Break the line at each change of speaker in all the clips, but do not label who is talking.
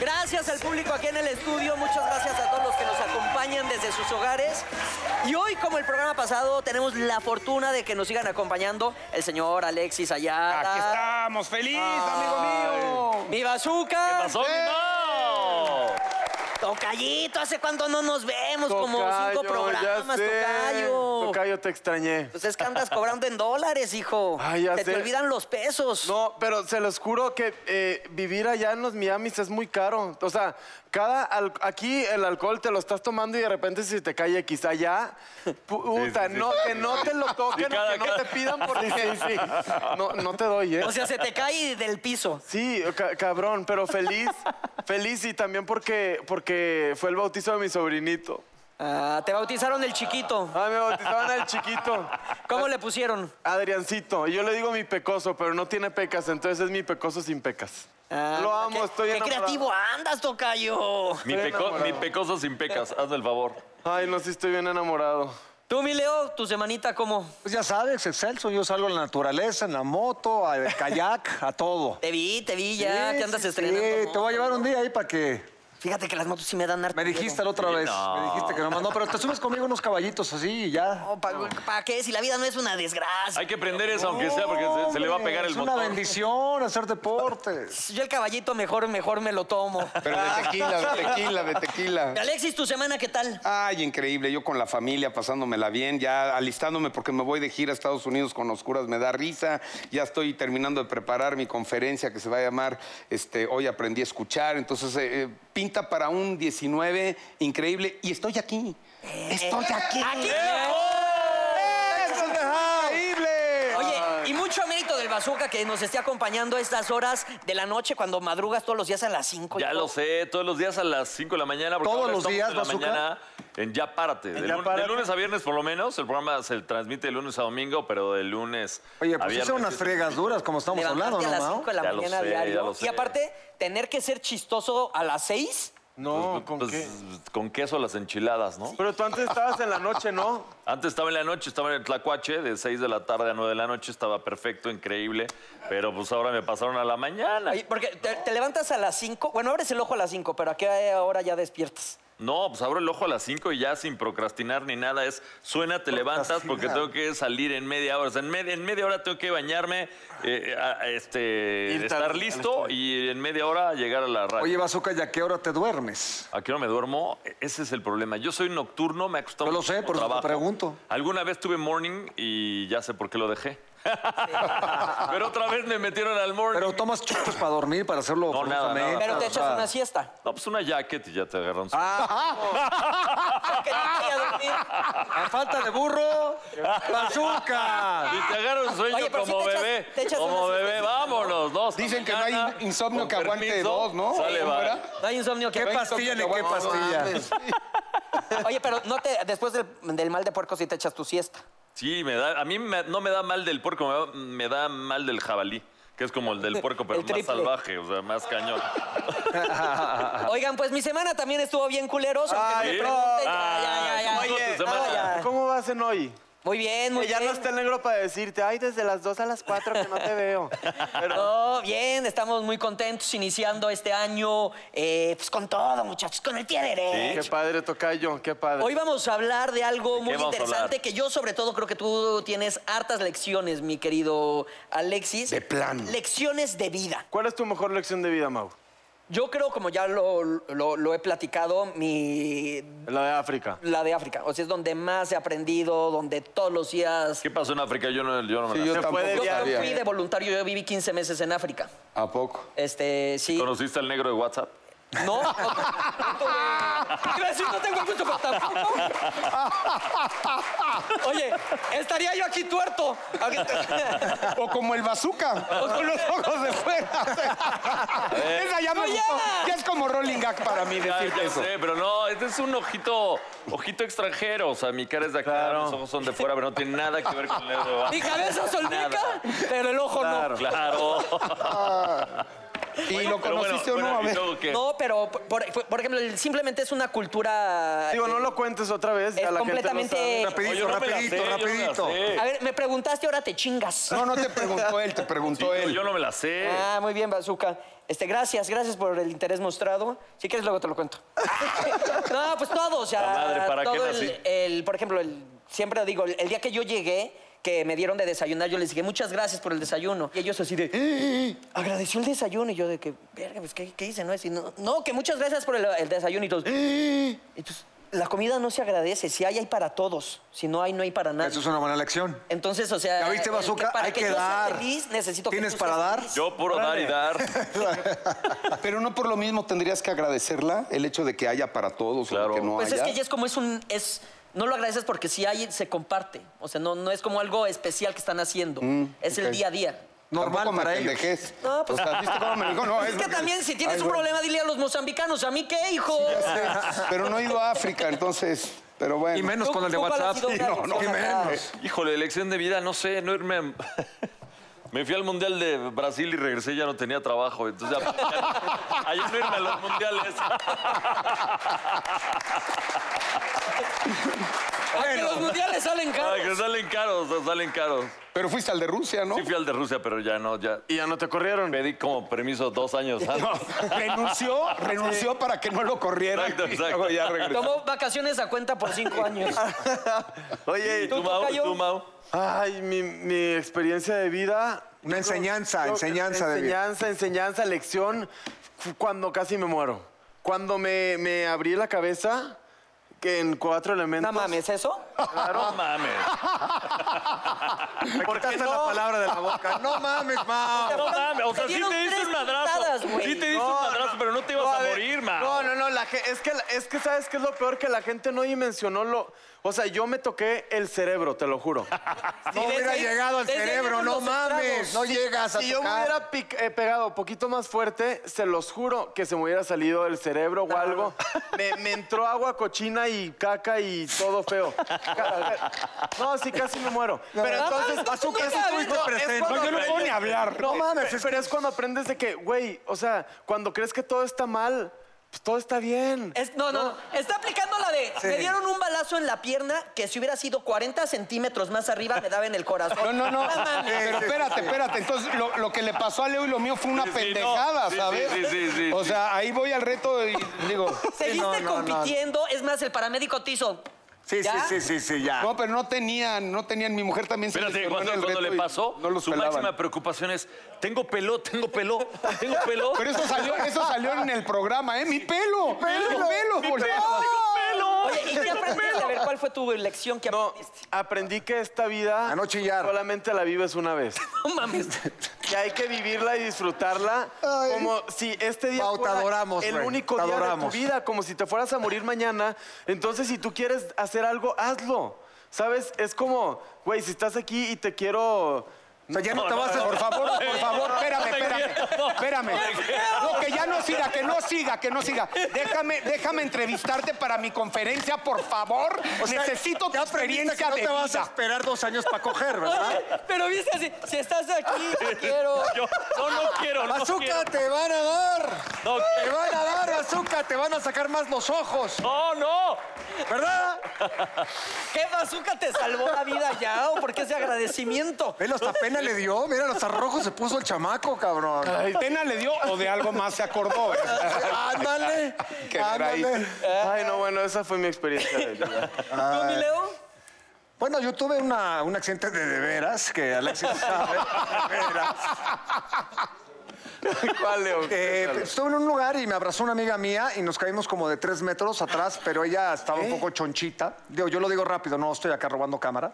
gracias al público aquí en el estudio, muchas gracias a todos los que nos acompañan desde sus hogares. Y hoy, como el programa pasado, tenemos la fortuna de que nos sigan acompañando el señor Alexis Ayala.
Aquí estamos, feliz, amigo mío.
Mi bazooka.
¿Qué pasó, mi Mau?
Tocayito, hace cuánto no nos vemos, Pues como
Tocayo,
cinco programas,
ya sé.
Tocayo.
Tocayo, te extrañé.
Pues es que andas cobrando en dólares, hijo.
Ay, ya
Se te
sé.
olvidan los pesos.
No, pero se los juro que eh, vivir allá en los Miamis es muy caro. O sea, cada al- aquí el alcohol te lo estás tomando y de repente si te cae X allá, puta,
sí,
no,
sí,
que no te lo toquen, o
cada-
que no
cada-
te pidan porque No, no te doy, ¿eh?
O sea, se te cae del piso.
Sí, ca- cabrón, pero feliz, feliz y también porque, porque fue el bautizo de mi sobrinito.
Ah, te bautizaron el chiquito.
Ah, me bautizaban al chiquito.
¿Cómo le pusieron?
Adriancito, yo le digo mi pecoso, pero no tiene pecas, entonces es mi pecoso sin pecas.
Ah,
Lo amo,
qué-
estoy
Qué
enamorado.
creativo andas, Tocayo.
Estoy
Mi, peco-
enamorado.
mi pecoso sin pecas, hazme el favor.
Ay, no, sí estoy bien enamorado.
Tú, mi Leo, tu semanita, ¿cómo?
Pues ya sabes, excelso, yo salgo a la naturaleza, en la moto, al kayak, a todo.
Te vi, te vi ya,
Sí,
que andas
sí,
estrenando.
sí,
¿no?
te voy a llevar un día ahí para que...
Fíjate que las motos sí me dan harto.
Me dijiste la otra vez, me dijiste que nomás no, pero te subes conmigo unos caballitos así y ya.
¿Para qué? Si la vida no es una desgracia.
Hay que prender eso, aunque sea, porque se, se le va a pegar el
es
motor.
una bendición hacer deporte.
Yo el caballito mejor, mejor me lo tomo.
Pero de tequila, de tequila, de tequila.
Alexis, ¿tu semana qué tal?
Ay, increíble, yo con la familia pasándomela bien, ya alistándome porque me voy de gira a Estados Unidos con Oscuras, me da risa, ya estoy terminando de preparar mi conferencia que se va a llamar este, Hoy aprendí a escuchar, entonces eh, eh, pinta para un 19 increíble y estoy aquí, estoy aquí.
Eh, Aquí.
¡Increíble!
Oye, y mucho mérito del Bazooka que nos esté acompañando a estas horas de la noche cuando madrugas todos los días a las 5.
Ya lo sé, todos los días a las 5 de la mañana. porque
Todos
ahora
los
estamos
días,
de la
Bazooka.
mañana en Ya Párate. De,
Ya
lun-
Párate.
de lunes a viernes, por lo menos. El programa se transmite de lunes a domingo, pero de lunes
Oye,
a
pues sí
viernes.
son unas friegas duras como estamos hablando,
Levantarte
¿no,
a las
Mao?
5 de la
Ya lo
mañana
sé, ya
diario.
lo
Y
sé.
aparte, tener que ser chistoso a las 6.
No, ¿con
Pues,
qué?
Con queso las enchiladas, ¿no?
Pero tú antes estabas en la noche, ¿no?
Antes estaba en la noche, estaba en el Tlacuache, de 6 de la tarde a 9 de la noche, estaba perfecto, increíble, pero pues ahora me pasaron a la mañana.
Porque te, te levantas a las 5. Bueno, abres el ojo a las 5, pero a qué hora ya despiertas.
No, pues abro el ojo a las 5 y ya sin procrastinar ni nada, es suena, te levantas porque tengo que salir en media hora, o sea, en media, en media hora tengo que bañarme, eh, a- a- este,
Ir
estar
tarde al
listo y en media hora llegar a la radio.
Oye, Bazooka, ¿ya qué hora te duermes?
¿A qué hora me duermo? e-, Ese es el problema. Yo soy nocturno, me ha costado
Yo lo sé,
muchísimo
por eso te
trabajo.
pregunto.
Alguna vez tuve morning y ya sé por qué lo dejé. Pero otra vez me metieron al morning.
Pero tomas chupos para dormir, para hacerlo
No, nada,
profusamente,
nada.
Pero te
o sea,
echas una siesta.
No, pues una jacket y ya te agarran.
Ah,
su-
Ah.
Que no vaya a dormir.
A falta de burro, Bazooka.
Y te agarran un sueño
Oye, pero sí
como
te echas-
bebé.
te echas
como
una
bebé,
siestecita,
vámonos, dos.
Dicen que no hay insomnio que aguante dos, ¿no?
Sale,
¿Cómo
va.
era?
No hay insomnio que
¿Qué pastilla ni qué pastilla?
Oye, pero no te, después del, del mal de puerco si te echas tu siesta.
Sí, me da, a mí me- no me da mal del puerco, me da, me da mal del jabalí, que es como el del puerco, pero
El
más
triple.
salvaje, o sea, más cañón. Ah.
Oigan, pues mi semana también estuvo bien culerosa. aunque
Ay,
no me pregunten.
no.
Ya, ya, ya, ya.
Ay, oye,
No,
semana.
ya.
¿Cómo vas en hoy?
Muy bien, muy
Que ya
bien.
no está el negro para decirte, ay, desde las 2 a las 4 que no te veo. Pero
No, bien, estamos muy contentos iniciando este año, eh, pues con todo, muchachos, con el pie derecho.
qué padre, Tocayo, qué padre.
Hoy vamos a hablar de algo muy
vamos a
interesante
hablar?
que yo sobre todo creo que tú tienes hartas lecciones, mi querido Alexis.
De plano.
Lecciones de vida.
¿Cuál es tu mejor lección de vida, Mau?
Yo creo, como ya lo, lo- lo he platicado, mi...
La de África.
La de África, o sea, es donde más he aprendido, donde todos los días...
¿Qué pasó en África? Yo no, yo no me
Sí,
la
yo
sé.
Se fue de
Yo
tampoco
viaje.
fui de
sabía.
voluntario, yo viví 15 meses en África.
¿A poco?
Este, sí.
¿Conociste al negro de WhatsApp?
No, no, no, tuve- Iba a decir, no tengo el gusto, pero tampoco. Oye, estaría yo aquí tuerto.
O como el bazooka, o con los ojos de fuera. Esa Eh, ya me
No, ya.
gustó. Ya es como rolling gag para mí
Ah, Ya,
decirte
ya
eso.
sé, pero no, este es un ojito, ojito extranjero. O sea, mi cara es de acá,
Claro.
mis ojos son de fuera, pero no tiene nada que ver con el dedo.
Mi cabeza solteca, pero el ojo no.
Claro.
¿Y lo
Pero bueno,
conociste o
bueno,
no? A
¿y
ver.
luego qué?
No, pero por, por- por ejemplo, el- simplemente es una cultura.
Digo, no lo cuentes otra vez.
Es
a la
completamente-
Gente no sabe.
Rapidito,
Oye, yo no me la sé,
rapidito,
yo no me la
rapidito.
sé.
A ver, me preguntaste, ahora te chingas.
No, no te preguntó él, te
Sí,
preguntó
pero
él.
Yo no me la sé.
Ah, muy bien, Bazooka. Este, gracias, gracias por el interés mostrado. Si quieres, luego te lo cuento. no, pues todo, o sea,
La madre, ¿para qué
todo
nací?
el, el- por ejemplo, el- siempre digo, el, el día que yo llegué, que me dieron de desayunar, yo les dije, muchas gracias por el desayuno. Y ellos así de, "Eh, agradeció el desayuno. Y yo de que, verga, pues, ¿qué, qué hice? No, Así, no, no, que muchas gracias por el, el desayuno. Y todos, "Eh". Entonces, la comida no se agradece. Si hay, hay para todos. Si no hay, no hay para nadie.
Eso es una buena lección.
Entonces, o sea...
¿Ya
el que
viste, Bazooka?
para
Hay que
yo sea
dar.
feliz, necesito que
¿Tienes
tú
para
seas
dar?
feliz.
Yo puro dar y dar.
Pero no por lo mismo tendrías que agradecerla el hecho de que haya para todos o
Claro.
de que no
Pues es
haya.
que ya es como es un. Es, no lo agradeces porque si hay, se comparte. O sea, no, no es como algo especial que están haciendo. es
ok.
el día a día.
Normal
Tampoco
para
me
ellos.
pendejes.
No, pues-
O sea, ¿viste cómo me dijo? No,
es que
lo
también, si tienes
Ay,
un
güey.
problema, dile a los mozambicanos. ¿A mí qué, hijo?
Ya sé, Pero no he ido a África, entonces. Pero bueno.
Y menos
¿Tú-
con el de
tú cuál ha
WhatsApp.
sido una
No, no,
lección
y
acá?
menos.
Híjole, elección de vida, no sé, no irme. a- Me fui al Mundial de Brasil y regresé, ya no tenía trabajo. Entonces, ya, allá no irme a los mundiales.
A que los mundiales salen
Ay,
caros.
que salen caros, salen caros.
Pero fuiste al de Rusia, ¿no?
Sí fui al de Rusia, pero ya no, ya.
Y ya no te corrieron.
Pedí como permiso dos años antes.
renunció, renunció para que no lo corriera.
Exacto,
Y
exacto.
luego ya regresó.
Tomó vacaciones a cuenta por cinco años.
Oye,
¿Y tú, Mau?
tocayo?
¿Tú, Mau?
Ay, mi, mi experiencia de vida.
Una enseñanza,
Yo-
enseñanza de vida.
Enseñanza, enseñanza, lección. Fue Cuando casi me muero. Cuando me, me abrí la cabeza que en cuatro elementos.
No mames, ¿eso?
No mames.
Me quitaste la palabra de la boca. No mames, ma.
No mames. O sea, sí
dieron
te diste
tres
un madrazo.
putadas, güey.
sí te diste un madrazo, pero no te ibas
No,
a,
ver,
morir, Mau.
No, no, no, la ge- es, que, la- es que sabes que es lo peor que la gente no dimensionó lo. O sea, yo me toqué el cerebro, te lo juro.
No hubiera llegado al
desde ahí
cerebro,
vienen
no
los
mames.
estragos.
No llegas a
Si yo me
tocar.
hubiera pic- eh, pegado poquito más fuerte, se los juro que se me hubiera salido el cerebro
Ah.
o algo. Me, me entró agua cochina y caca y todo feo. Ca- No, sí, casi me muero. Pero entonces,
Ah, tú nunca
estuviste
viste.
presente.
No, yo no puedo ni hablar.
No mames, pero es cuando aprendes de que, güey, o sea, cuando crees que todo está mal, pues todo está bien.
Es- no, no, no. Está aplicando la de. Me dieron un balazo en la pierna que si hubiera sido 40 centímetros más arriba me daba en el corazón.
No, no, no.
mames.
Pero espérate, espérate. Entonces, lo, lo que le pasó a Leo y lo mío fue una
Sí, sí,
pendejada,
no. Sí,
¿sabes?
sí, sí, sí,
o
sí.
sea, ahí voy al reto y digo,
Seguiste compitiendo. Es más, el paramédico te hizo.
Sí, sí,
¿Ya?
sí, sí, sí, ya.
no, pero no tenían, no tenían. Mi mujer también se
Espérate,
lesionó en
cuando,
el
cuando
reto
le
y
pasó,
no los
su
pelaban.
máxima preocupación es: tengo pelo, tengo pelo, tengo pelo.
Pero eso salió, eso salió en el programa, ¿eh? Mi pelo, mi pelo, por favor.
Oye, ¿y qué aprendiste? A ver, ¿cuál fue tu lección que
No,
aprendiste?
aprendí que esta vida
A no chillar.
solamente la vives una vez.
No mames.
Y hay que vivirla y disfrutarla
Ay.
como si este día
Pau, te
fuera
adoramos,
el
güey,
único
te
día
adoramos.
de tu vida, como si te fueras a morir mañana. Entonces, si tú quieres hacer algo, hazlo. ¿Sabes? Es como, güey, si estás aquí y te quiero...
O sea, ya no te vas a...
Por favor, por
Eh,
favor, espérame, espérame. Espérame. No, que ya no siga, que no siga, que no siga. Déjame, déjame entrevistarte para mi conferencia, por favor. Necesito tu
que
experiencia
no
de
te vas a
vida.
esperar dos años para coger, ¿verdad?
Oye, pero viste así, si estás aquí, te quiero.
Yo, no, no quiero, no quiero.
¡Azúcar te van a dar!
No
¡Te
quiero.
van a dar, azúcar! ¡Te van a sacar más los ojos!
No, no.
¿Verdad?
¿Qué bazooka te salvó la vida ya? ¿O por qué ese agradecimiento?
Él hasta pena le dio. Mira, hasta rojo se puso el chamaco, cabrón.
Pena le dio o de algo más se acordó. ¿eh?
¡Ándale!
Qué
¡Ándale!
maravilla.
Ay, no, bueno, esa fue mi experiencia de vida.
¿Tú, mi Leo?
Bueno, yo tuve una, un accidente de de veras, que Alexis sabe, de veras.
¿Cuál, Leo?
Eh, estuve en un lugar y me abrazó una amiga mía y nos caímos como de tres metros atrás, pero ella estaba
Eh.
un poco chonchita. Digo, yo lo digo rápido, no estoy acá robando cámara.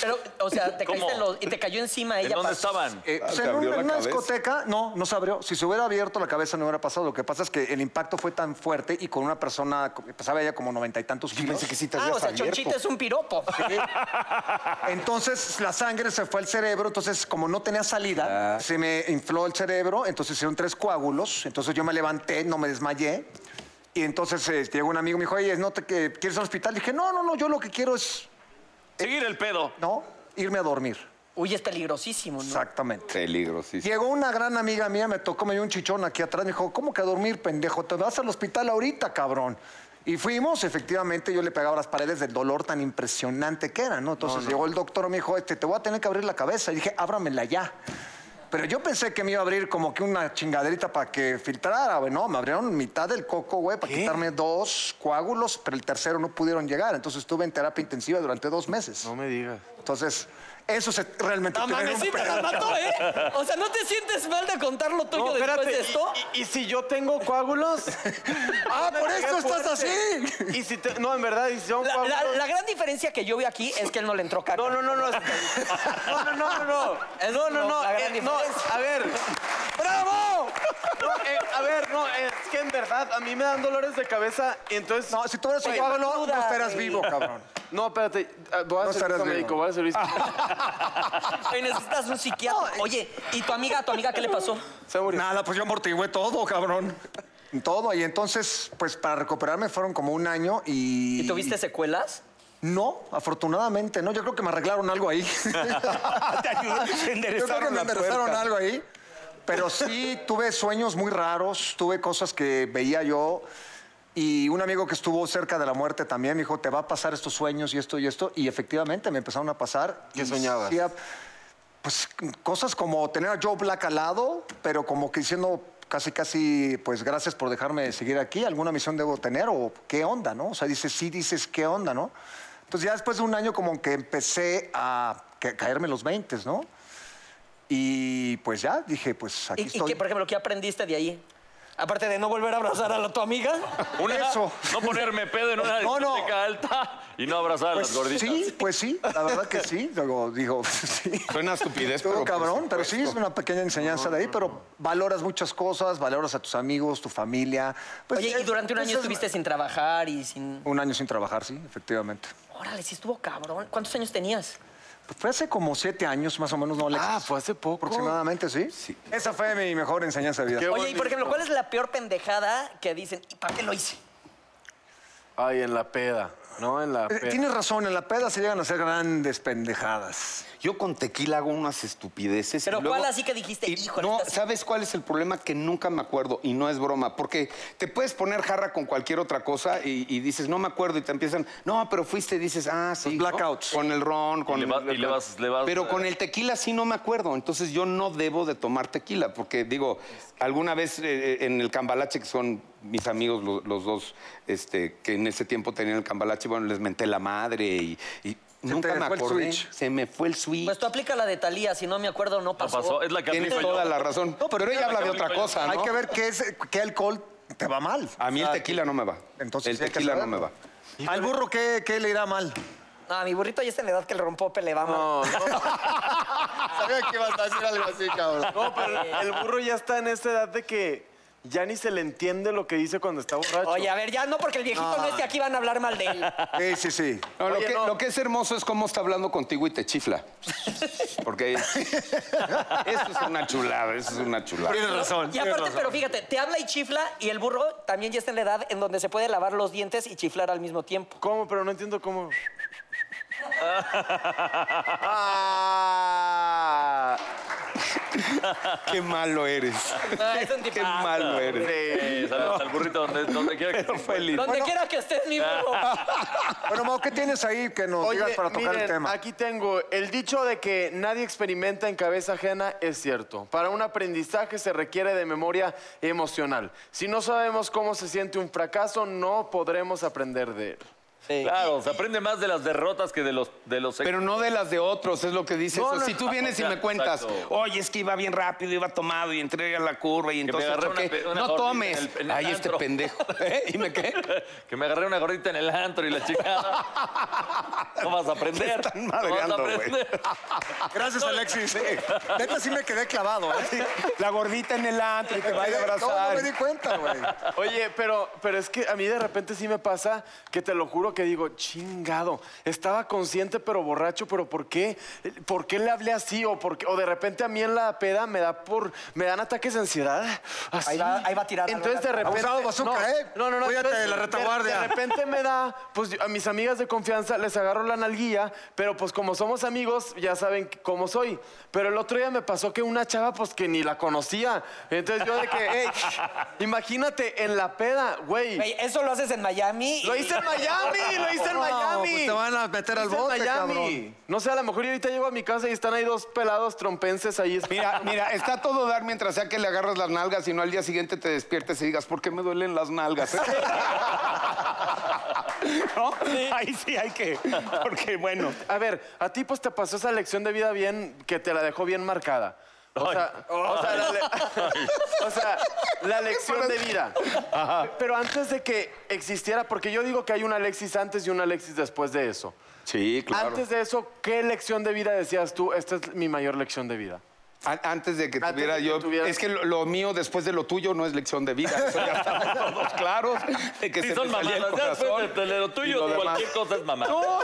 Pero, o sea, te
¿Cómo?
caíste en los. Y te cayó encima
¿En
ella.
dónde
pa-
estaban?
Eh, pues,
¿se
en, un-
abrió la
en una
cabeza?
discoteca, no, no se abrió. Si se hubiera abierto la cabeza no hubiera pasado. Lo que pasa es que el impacto fue tan fuerte y con una persona, pesaba ella como noventa y tantos kilos.
Pensé que sí te
Ah,
habías
o sea,
abierto.
Chonchita es un piropo.
Entonces la sangre se fue al cerebro, entonces como no tenía salida, se me infló el cerebro, entonces hicieron tres coágulos, entonces yo me levanté, no me desmayé. Y entonces eh, llegó un amigo y me dijo, oye, ¿no te, que- ¿quieres ir al hospital? Dije, no, no, no, yo lo que quiero es,
Seguir el pedo.
¿no? Irme a dormir.
Uy, es peligrosísimo, ¿no?
Exactamente.
Peligrosísimo.
Llegó una gran amiga mía, me tocó, me dio un chichón aquí atrás, me dijo, ¿cómo que a dormir, pendejo? Te vas al hospital ahorita, cabrón. Y fuimos, efectivamente, yo le pegaba las paredes del dolor tan impresionante que era, ¿no? Entonces llegó el doctor, me dijo, este, te voy a tener que abrir la cabeza. Y dije, ábramela ya. Pero yo pensé que me iba a abrir como que una chingaderita para que filtrara, güey. No, me abrieron mitad del coco, güey, para quitarme dos coágulos, pero el tercero no pudieron llegar. Entonces estuve en terapia intensiva durante dos meses.
No me digas.
Entonces, eso se realmente...
No
tener
mames,
un
sí, pero
pedazo.
nos mató, ¿eh? O sea, ¿no te sientes mal de contar lo tuyo después de esto?
¿Y, y si yo tengo coágulos?
¡Ah, por
Qué
eso estás
fuerte.
así!
Y si te- no, en verdad, y si yo
La,
coágulos...
la- la gran diferencia que yo veo aquí es que él no le entró caca.
No, no, no, no. No, no, no, no.
Es
No, no, no.
la gran
eh, no,
diferencia.
a ver. ¡Bravo! No, eh, a ver, no, es que en verdad a mí me dan dolores de cabeza, entonces...
No, si tú eres un
Güey,
coágulo, no
duda,
estarás
güey.
vivo, cabrón.
No, espérate, eh, voy a
No
hacer
estarás
servicio
vivo.
médico, voy a hacer servicio.
Güey, eh, necesitas un psiquiatra. Oye, ¿y tu amiga, tu amiga qué le pasó?
Se murió.
Nada, pues yo amortigué todo, cabrón. Todo. Y entonces, pues para recuperarme fueron como un año y.
¿Y tuviste secuelas?
No, afortunadamente, no. Yo creo que me arreglaron algo ahí.
Te ayudó,
Yo creo
te
que
enderezaron
me
la
enderezaron
tuerca.
algo ahí. Pero sí tuve sueños muy raros, tuve cosas que veía yo. Y un amigo que estuvo cerca de la muerte también me dijo, te va a pasar estos sueños y esto y esto. Y efectivamente me empezaron a pasar.
¿Qué
y
soñabas?
sí, pues cosas como tener a Joe Black al lado, pero como que diciendo casi, casi, pues gracias por dejarme seguir aquí, alguna misión debo tener o qué onda, ¿no? O sea, dices, sí, dices, qué onda, ¿no? Entonces ya después de un año como que empecé a ca- caerme los 20, ¿no? Y pues ya dije, pues aquí
¿Y, y
estoy.
qué, por ejemplo, qué aprendiste de ahí? Aparte de no volver a abrazar a la- tu amiga.
Una,
Eso.
No ponerme pedo en una
No, no.
discoteca alta y no abrazar a
pues
las gorditas.
sí, pues sí, la verdad que sí. Luego digo, sí.
Suena estupidez,
Todo
pero. pues por
cabrón, pero sí es
supuesto.
una pequeña enseñanza de ahí, pero valoras muchas cosas, valoras a tus amigos, tu familia. Pues,
Oye,
eh,
y durante un
pues
año
es-
estuviste sin trabajar y sin.
Un año sin trabajar, sí, efectivamente.
Órale, sí estuvo cabrón. ¿Cuántos años tenías?
Pues fue hace como siete años, más o menos, ¿no, Alex?
Ah, fue hace poco.
Aproximadamente, ¿sí? Sí. Esa fue mi mejor enseñanza de vida.
Qué
Oye, y por
bonito.
ejemplo, ¿cuál es la peor pendejada que dicen? ¿Y para qué lo hice?
Ay, en la peda. No, en la
Eh,
peda.
Tienes razón, en la peda se llegan a hacer grandes pendejadas.
Yo con tequila hago unas estupideces. y
Pero
luego-
¿cuál así que dijiste?
y
Híjole,
no,
esta sí-
¿sabes cuál es el problema? Que nunca me acuerdo y no es broma, porque te puedes poner jarra con cualquier otra cosa y, y dices, no me acuerdo, y te empiezan, no, pero fuiste, y dices, ah, sí. ¿no?
blackouts.
Con el ron, con
le
el-
vas- y le vas- le vas-
Pero con el tequila sí no me acuerdo, entonces yo no debo de tomar tequila, porque digo, alguna vez eh, eh, en el cambalache, que son mis amigos lo- los, dos, este, que en ese tiempo tenían el cambalache, bueno, les menté la madre y... y Nunca
te
me
fue el
acordé.
switch.
Se me fue el switch.
Pues tú aplica la de Talía, si no me acuerdo, no
No
pasó.
pasó. Es la que
Tienes
aplico yo.
toda la razón. pero, ella habla de otra cosa, Ah, ¿no?
Hay que ver qué, es, qué alcohol te va mal.
A mí el tequila no me va.
Entonces
el
sí hay que
tequila no
saberlo.
me va.
Al burro, ¿qué, qué le irá mal?
No, a mi burrito ya está en la edad que el rompope le va mal.
No, no,
Sabía que ibas a decir algo así, cabrón.
no, pero el burro ya está en esa edad de que ya ni se le entiende lo que dice cuando está borracho.
Oye, a ver, ya no, porque el viejito no, es que aquí van a hablar mal de él.
Sí, sí, sí.
No, lo,
Oye,
que,
no.
lo que es hermoso es cómo está hablando contigo y te chifla. Porque eso es una chulada, eso es una chulada.
Tienes razón.
Y aparte, pero fíjate, te habla y chifla, y el burro también ya está en la edad en donde se puede lavar los dientes y chiflar al mismo tiempo.
¿Cómo? Pero no entiendo cómo.
Qué malo eres.
Ah, es un
Qué
tipazo.
malo eres.
Eh, saludos al burrito donde, donde quiera que esté.
Feliz.
Donde quiera que estés, mi burro.
Bueno, Mau, ¿qué tienes ahí que nos
Oye,
digas para tocar
miren,
el tema?
aquí tengo el dicho de que nadie experimenta en cabeza ajena es cierto. Para un aprendizaje se requiere de memoria emocional. Si no sabemos cómo se siente un fracaso, no podremos aprender de él.
Claro, se aprende más de las derrotas que de los, de los
Pero no de las de otros, es lo que dice
No,
eso.
no,
si tú vienes y me
Exacto.
cuentas, oye, es que iba bien rápido, iba tomado y entré a la curva y
me
entonces
agarré
choqué.
una pe- una
no
gordita
tomes.
en el- en el
Ay, este
antro.
pendejo. ¿Eh? ¿Y me qué?
que me agarré una gordita en el antro y la chica. No vas a aprender.
están
no vas a
madreando, güey.
aprender.
Gracias, Alexis. Neta, sí me quedé clavado, ¿eh?
La gordita en el antro y te va a
No, no
abrazar.
me di cuenta, güey.
Oye, pero, pero es que a mí de repente sí me pasa que te lo juro juro que digo, chingado, estaba consciente pero borracho, pero ¿por qué? ¿Por qué le hablé así? O, por qué- o de repente a mí en la peda me da por, me dan ataques de ansiedad. así.
Ahí va- ahí va a tirar la
Entonces de
lata.
repente...
Abusado, bazooka,
no,
¿eh?
No, no, no.
Cuídate
entonces,
de la retaguardia.
de repente me da, pues yo- a mis amigas de confianza les agarro la nalguilla, pero pues como somos amigos, ya saben c- cómo soy. Pero el otro día me pasó que una chava, pues que ni la conocía. Entonces yo de que, hey, imagínate en la peda, güey.
Güey, eso lo haces en Miami. y-
Lo hice en Miami, lo hice en
No,
Miami.
pues te van a meter
Lo
al
hice en
bote,
Miami.
cabrón.
No sé, a lo mejor yo ahorita llego a mi casa y están ahí dos pelados trompenses ahí.
Mira, mira, está a todo dar mientras sea que le agarras las nalgas y no al día siguiente te despiertes y digas, ¿por qué me duelen las nalgas?
¿No? Ahí sí hay que. Porque, bueno.
A ver, a ti pues te pasó esa lección de vida bien, que te la dejó bien marcada. O sea, o sea, la, le- o sea, la lección de vida. Pero antes de que existiera, porque yo digo que hay un Alexis antes y un Alexis después de eso.
Sí,
Antes de eso, ¿qué lección de vida decías tú? Esta es mi mayor lección de vida.
An- Antes de que
Antes
tuviera
de que
yo.
tuviera-
Es que lo, lo mío después de lo tuyo no es lección de vida. Eso ya estamos todos claros. De que
Sí,
se
son
me salía el
mamadas. Ya después
corazón
de- de lo
y
tuyo,
demás.
cualquier cosa es mamada.
No,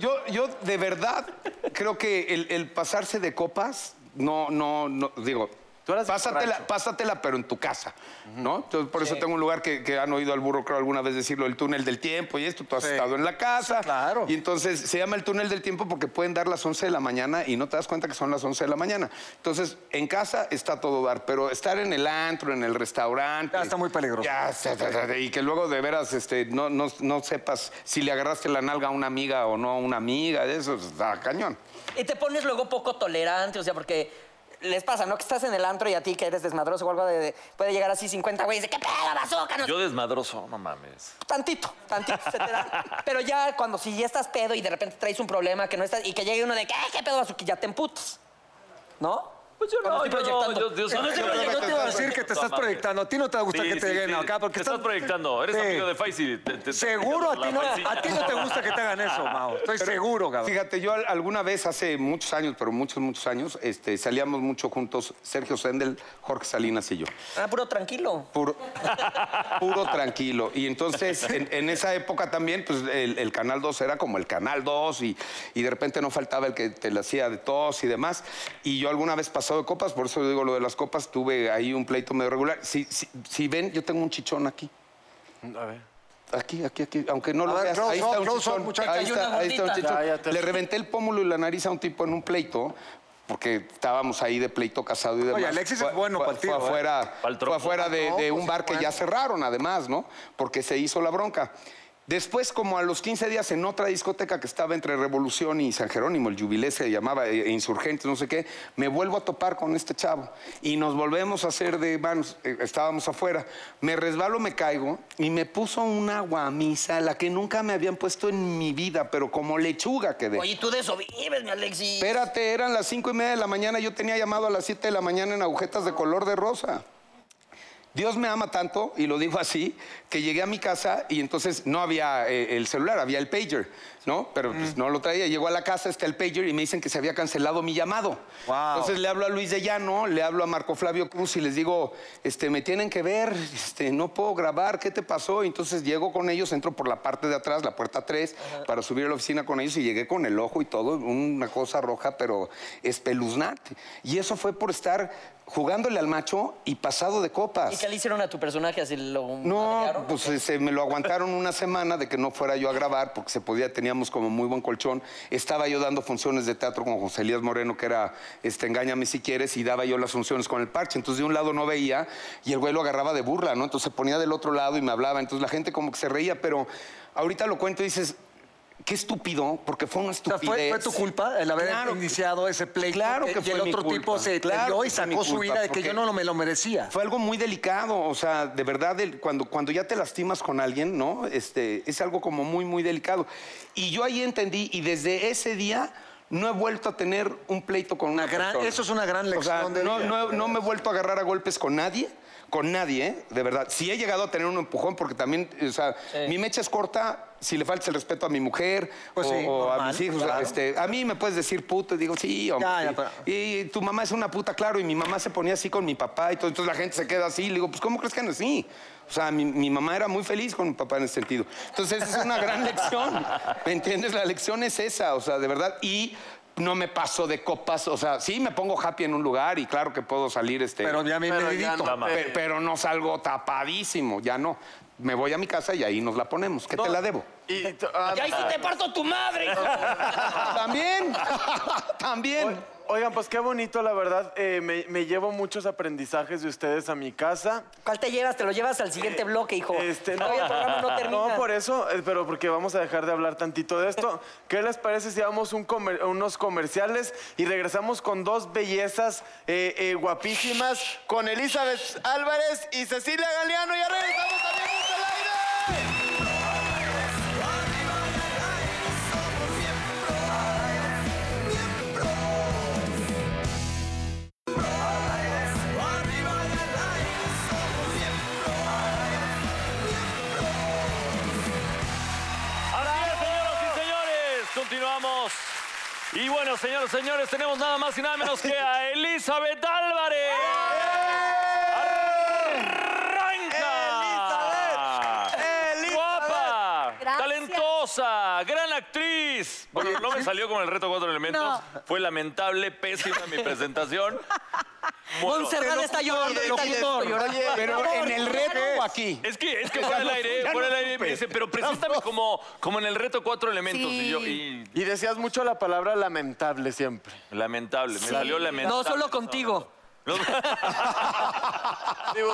yo, yo de verdad creo que el, el pasarse de copas, no, no, no, digo.
Tú eras
Pásatela,
borracho.
pásatela, pero en tu casa, ¿no? Yo por eso tengo un lugar que, que han oído al burro, creo, alguna vez decirlo, el túnel del tiempo y esto. Tú has estado en la casa.
claro.
Y entonces se llama el túnel del tiempo porque pueden dar las 11 de la mañana y no te das cuenta que son las 11 de la mañana. Entonces, en casa está todo dar, pero estar en el antro, en el restaurante.
Ya está muy peligroso.
Ya, se- se- se- y que luego de veras este, no, no, no sepas si le agarraste la nalga a una amiga o no a una amiga, eso está cañón.
Y te pones luego poco tolerante, o sea, porque les pasa, ¿no? Que estás en el antro y a ti que eres desmadroso o algo de, de- puede llegar así 50 güeyes de qué pedo, bazooka, no sé
Yo desmadroso, no mames.
tantito, tantito se te da. Pero ya cuando si ya estás pedo y de repente traes un problema que no estás y que llegue uno de que "Ay, qué pedo que ya te emputas. ¿no?
Pues yo
no,
no,
yo no, yo- yo soy-
Yo creo que te iba a decir que te estás
Mamá.
proyectando. A ti no te va a gustar
Sí,
que te
sí,
lleguen
sí.
acá porque
Te estás proyectando. Eres
Sí.
amigo de Faisy. Te- te- te-
Seguro a
la
ti, no,
Faisy.
a ti no te gusta que te hagan eso, Mao. Estoy seguro, cabrón.
Fíjate, yo al- alguna vez hace muchos años, pero muchos, muchos años, este, salíamos mucho juntos, Sergio Sendel, Jorge Salinas y yo.
Ah, puro tranquilo.
Puro, puro tranquilo. Y entonces, en, en esa época también, pues el, el Canal 2 era como el Canal 2 y, y de repente no faltaba el que te la hacía de tos y demás. Y yo alguna vez pasado de copas, por eso digo lo de las copas, tuve ahí un pleito medio regular. Si, si, si ven, yo tengo un chichón aquí.
A ver.
Aquí, aquí, aquí, aunque no
A
lo
ver,
veas,
close
ahí
up,
está un
close up,
chichón.
muchacho.
ahí,
Hay una
está, ahí está un
gordita.
chichón.
Ya, ya te-
Le reventé el pómulo y la nariz a un tipo en un pleito, porque estábamos ahí de pleito casado y demás.
Alexis es
Fue-
bueno
fue-
pa'l tiro,
Fue
¿eh?
afuera,
Pa'l
fue
trompo.
afuera de,
No,
de
pues,
un bar que ya cerraron, además, ¿no? Porque se hizo la bronca. Después, como a los 15 días, en otra discoteca que estaba entre Revolución y San Jerónimo, el Jubilé se llamaba, eh, Insurgentes, no sé qué, me vuelvo a topar con este chavo y nos volvemos a hacer de manos. Eh, Estábamos afuera. Me resbalo, me caigo y me puso una guamisa, la que nunca me habían puesto en mi vida, pero como lechuga quedé.
Oye, tú de eso vives, mi Alexis.
Espérate, eran las cinco y media de la mañana. Yo tenía llamado a las siete de la mañana en agujetas de color de rosa. Dios me ama tanto, y lo dijo así, que llegué a mi casa y entonces no había eh, el celular, había el pager, ¿no? Pero pues, no lo traía. Llegó a la casa, está el pager y me dicen que se había cancelado mi llamado.
Wow.
Entonces le hablo a Luis de Llano, le hablo a Marco Flavio Cruz y les digo, este, me tienen que ver, este, no puedo grabar, ¿qué te pasó? Y entonces llego con ellos, entro por la parte de atrás, la puerta 3, para subir a la oficina con ellos y llegué con el ojo y todo, una cosa roja, pero espeluznante. Y eso fue por estar jugándole al macho y pasado de copas.
¿Y qué le hicieron a tu personaje así lo
No,
madrearon?
pues se me lo aguantaron una semana de que no fuera yo a grabar porque se podía, teníamos como muy buen colchón. Estaba yo dando funciones de teatro con José Elías Moreno, que era este, Engáñame si quieres, y daba yo las funciones con el parche. Entonces de un lado no veía y el güey lo agarraba de burla, ¿no? Entonces se ponía del otro lado y me hablaba. Entonces la gente como que se reía, pero ahorita lo cuento y dices, qué estúpido, porque fue una
O sea,
estupidez.
¿fue, fue tu culpa el haber
Claro.
iniciado ese pleito.
Claro que
Y
fue
el
mi
otro
culpa.
tipo se
Claro
peleó
que
y
fue mi
sacó su
culpa,
ira de que
porque-
yo no me lo merecía.
Fue algo muy delicado, o sea, de verdad, el- cuando, cuando ya te lastimas con alguien, ¿no? Este, es algo como muy, muy delicado. Y yo ahí entendí, y desde ese día no he vuelto a tener un pleito con una
gran-
persona.
eso es una gran lección
O sea,
de
no,
vida.
no- no me he vuelto a agarrar a golpes con nadie, con nadie, ¿eh? de verdad. Sí he llegado a tener un empujón, porque también, o sea, mi mecha es corta, si le falta el respeto a mi mujer
Pues
o,
sí,
o a
normal,
mis hijos.
claro.
este, a mí me puedes decir puto, y digo, sí, hombre.
Ya, ya,
sí.
pero-
Y tu mamá es una puta, claro, y mi mamá se ponía así con mi papá y todo, entonces la gente se queda así. Le digo, pues, ¿cómo crees que no es así? O sea, mi, mi mamá era muy feliz con mi papá en ese sentido. Entonces, es una gran lección. ¿Me entiendes? La lección es esa, o sea, de verdad. Y no me paso de copas, o sea, sí me pongo happy en un lugar y claro que puedo salir este.
Pero ya me
Pero ya
medito.
no te-
Pe- pero no salgo tapadísimo, ya no. Me voy a mi casa y ahí nos la ponemos. ¿Qué te la debo?
Y t- ah,
Y ahí sí te parto tu madre. hijo.
También, también.
o- Oigan, pues qué bonito, la verdad. eh, me, me llevo muchos aprendizajes de ustedes a mi casa.
¿Cuál te llevas? Te lo llevas al siguiente bloque, hijo.
Este, no,
Todavía el programa no termina.
No, por eso, eh, pero porque vamos a dejar de hablar tantito de esto. ¿Qué les parece si damos un comer- unos comerciales y regresamos con dos bellezas eh, eh, guapísimas con Elizabeth Álvarez y Cecilia Galeano? Ya regresamos también al aire.
Así es, señoras y señores, continuamos. Y bueno, señoras y señores, tenemos nada más y nada menos que a Elizabeth Álvarez. ¡Arranca!
Elizabeth.
¡Guapa!
Gracias.
¡Talentosa! ¡Gran actriz! Bueno, no me salió con el reto cuatro elementos.
No.
Fue lamentable, pésima mi presentación. Bueno,
Montserrat está llorando. ahorita, yo estoy llorando.
Pero en el reto o aquí.
es que, es que fuera del aire, fuera del aire, me dice, pero preséntame como, como en el reto cuatro elementos. Y yo, y
Y decías mucho la palabra lamentable siempre.
Lamentable, me salió lamentable.
No, solo contigo.
Digo,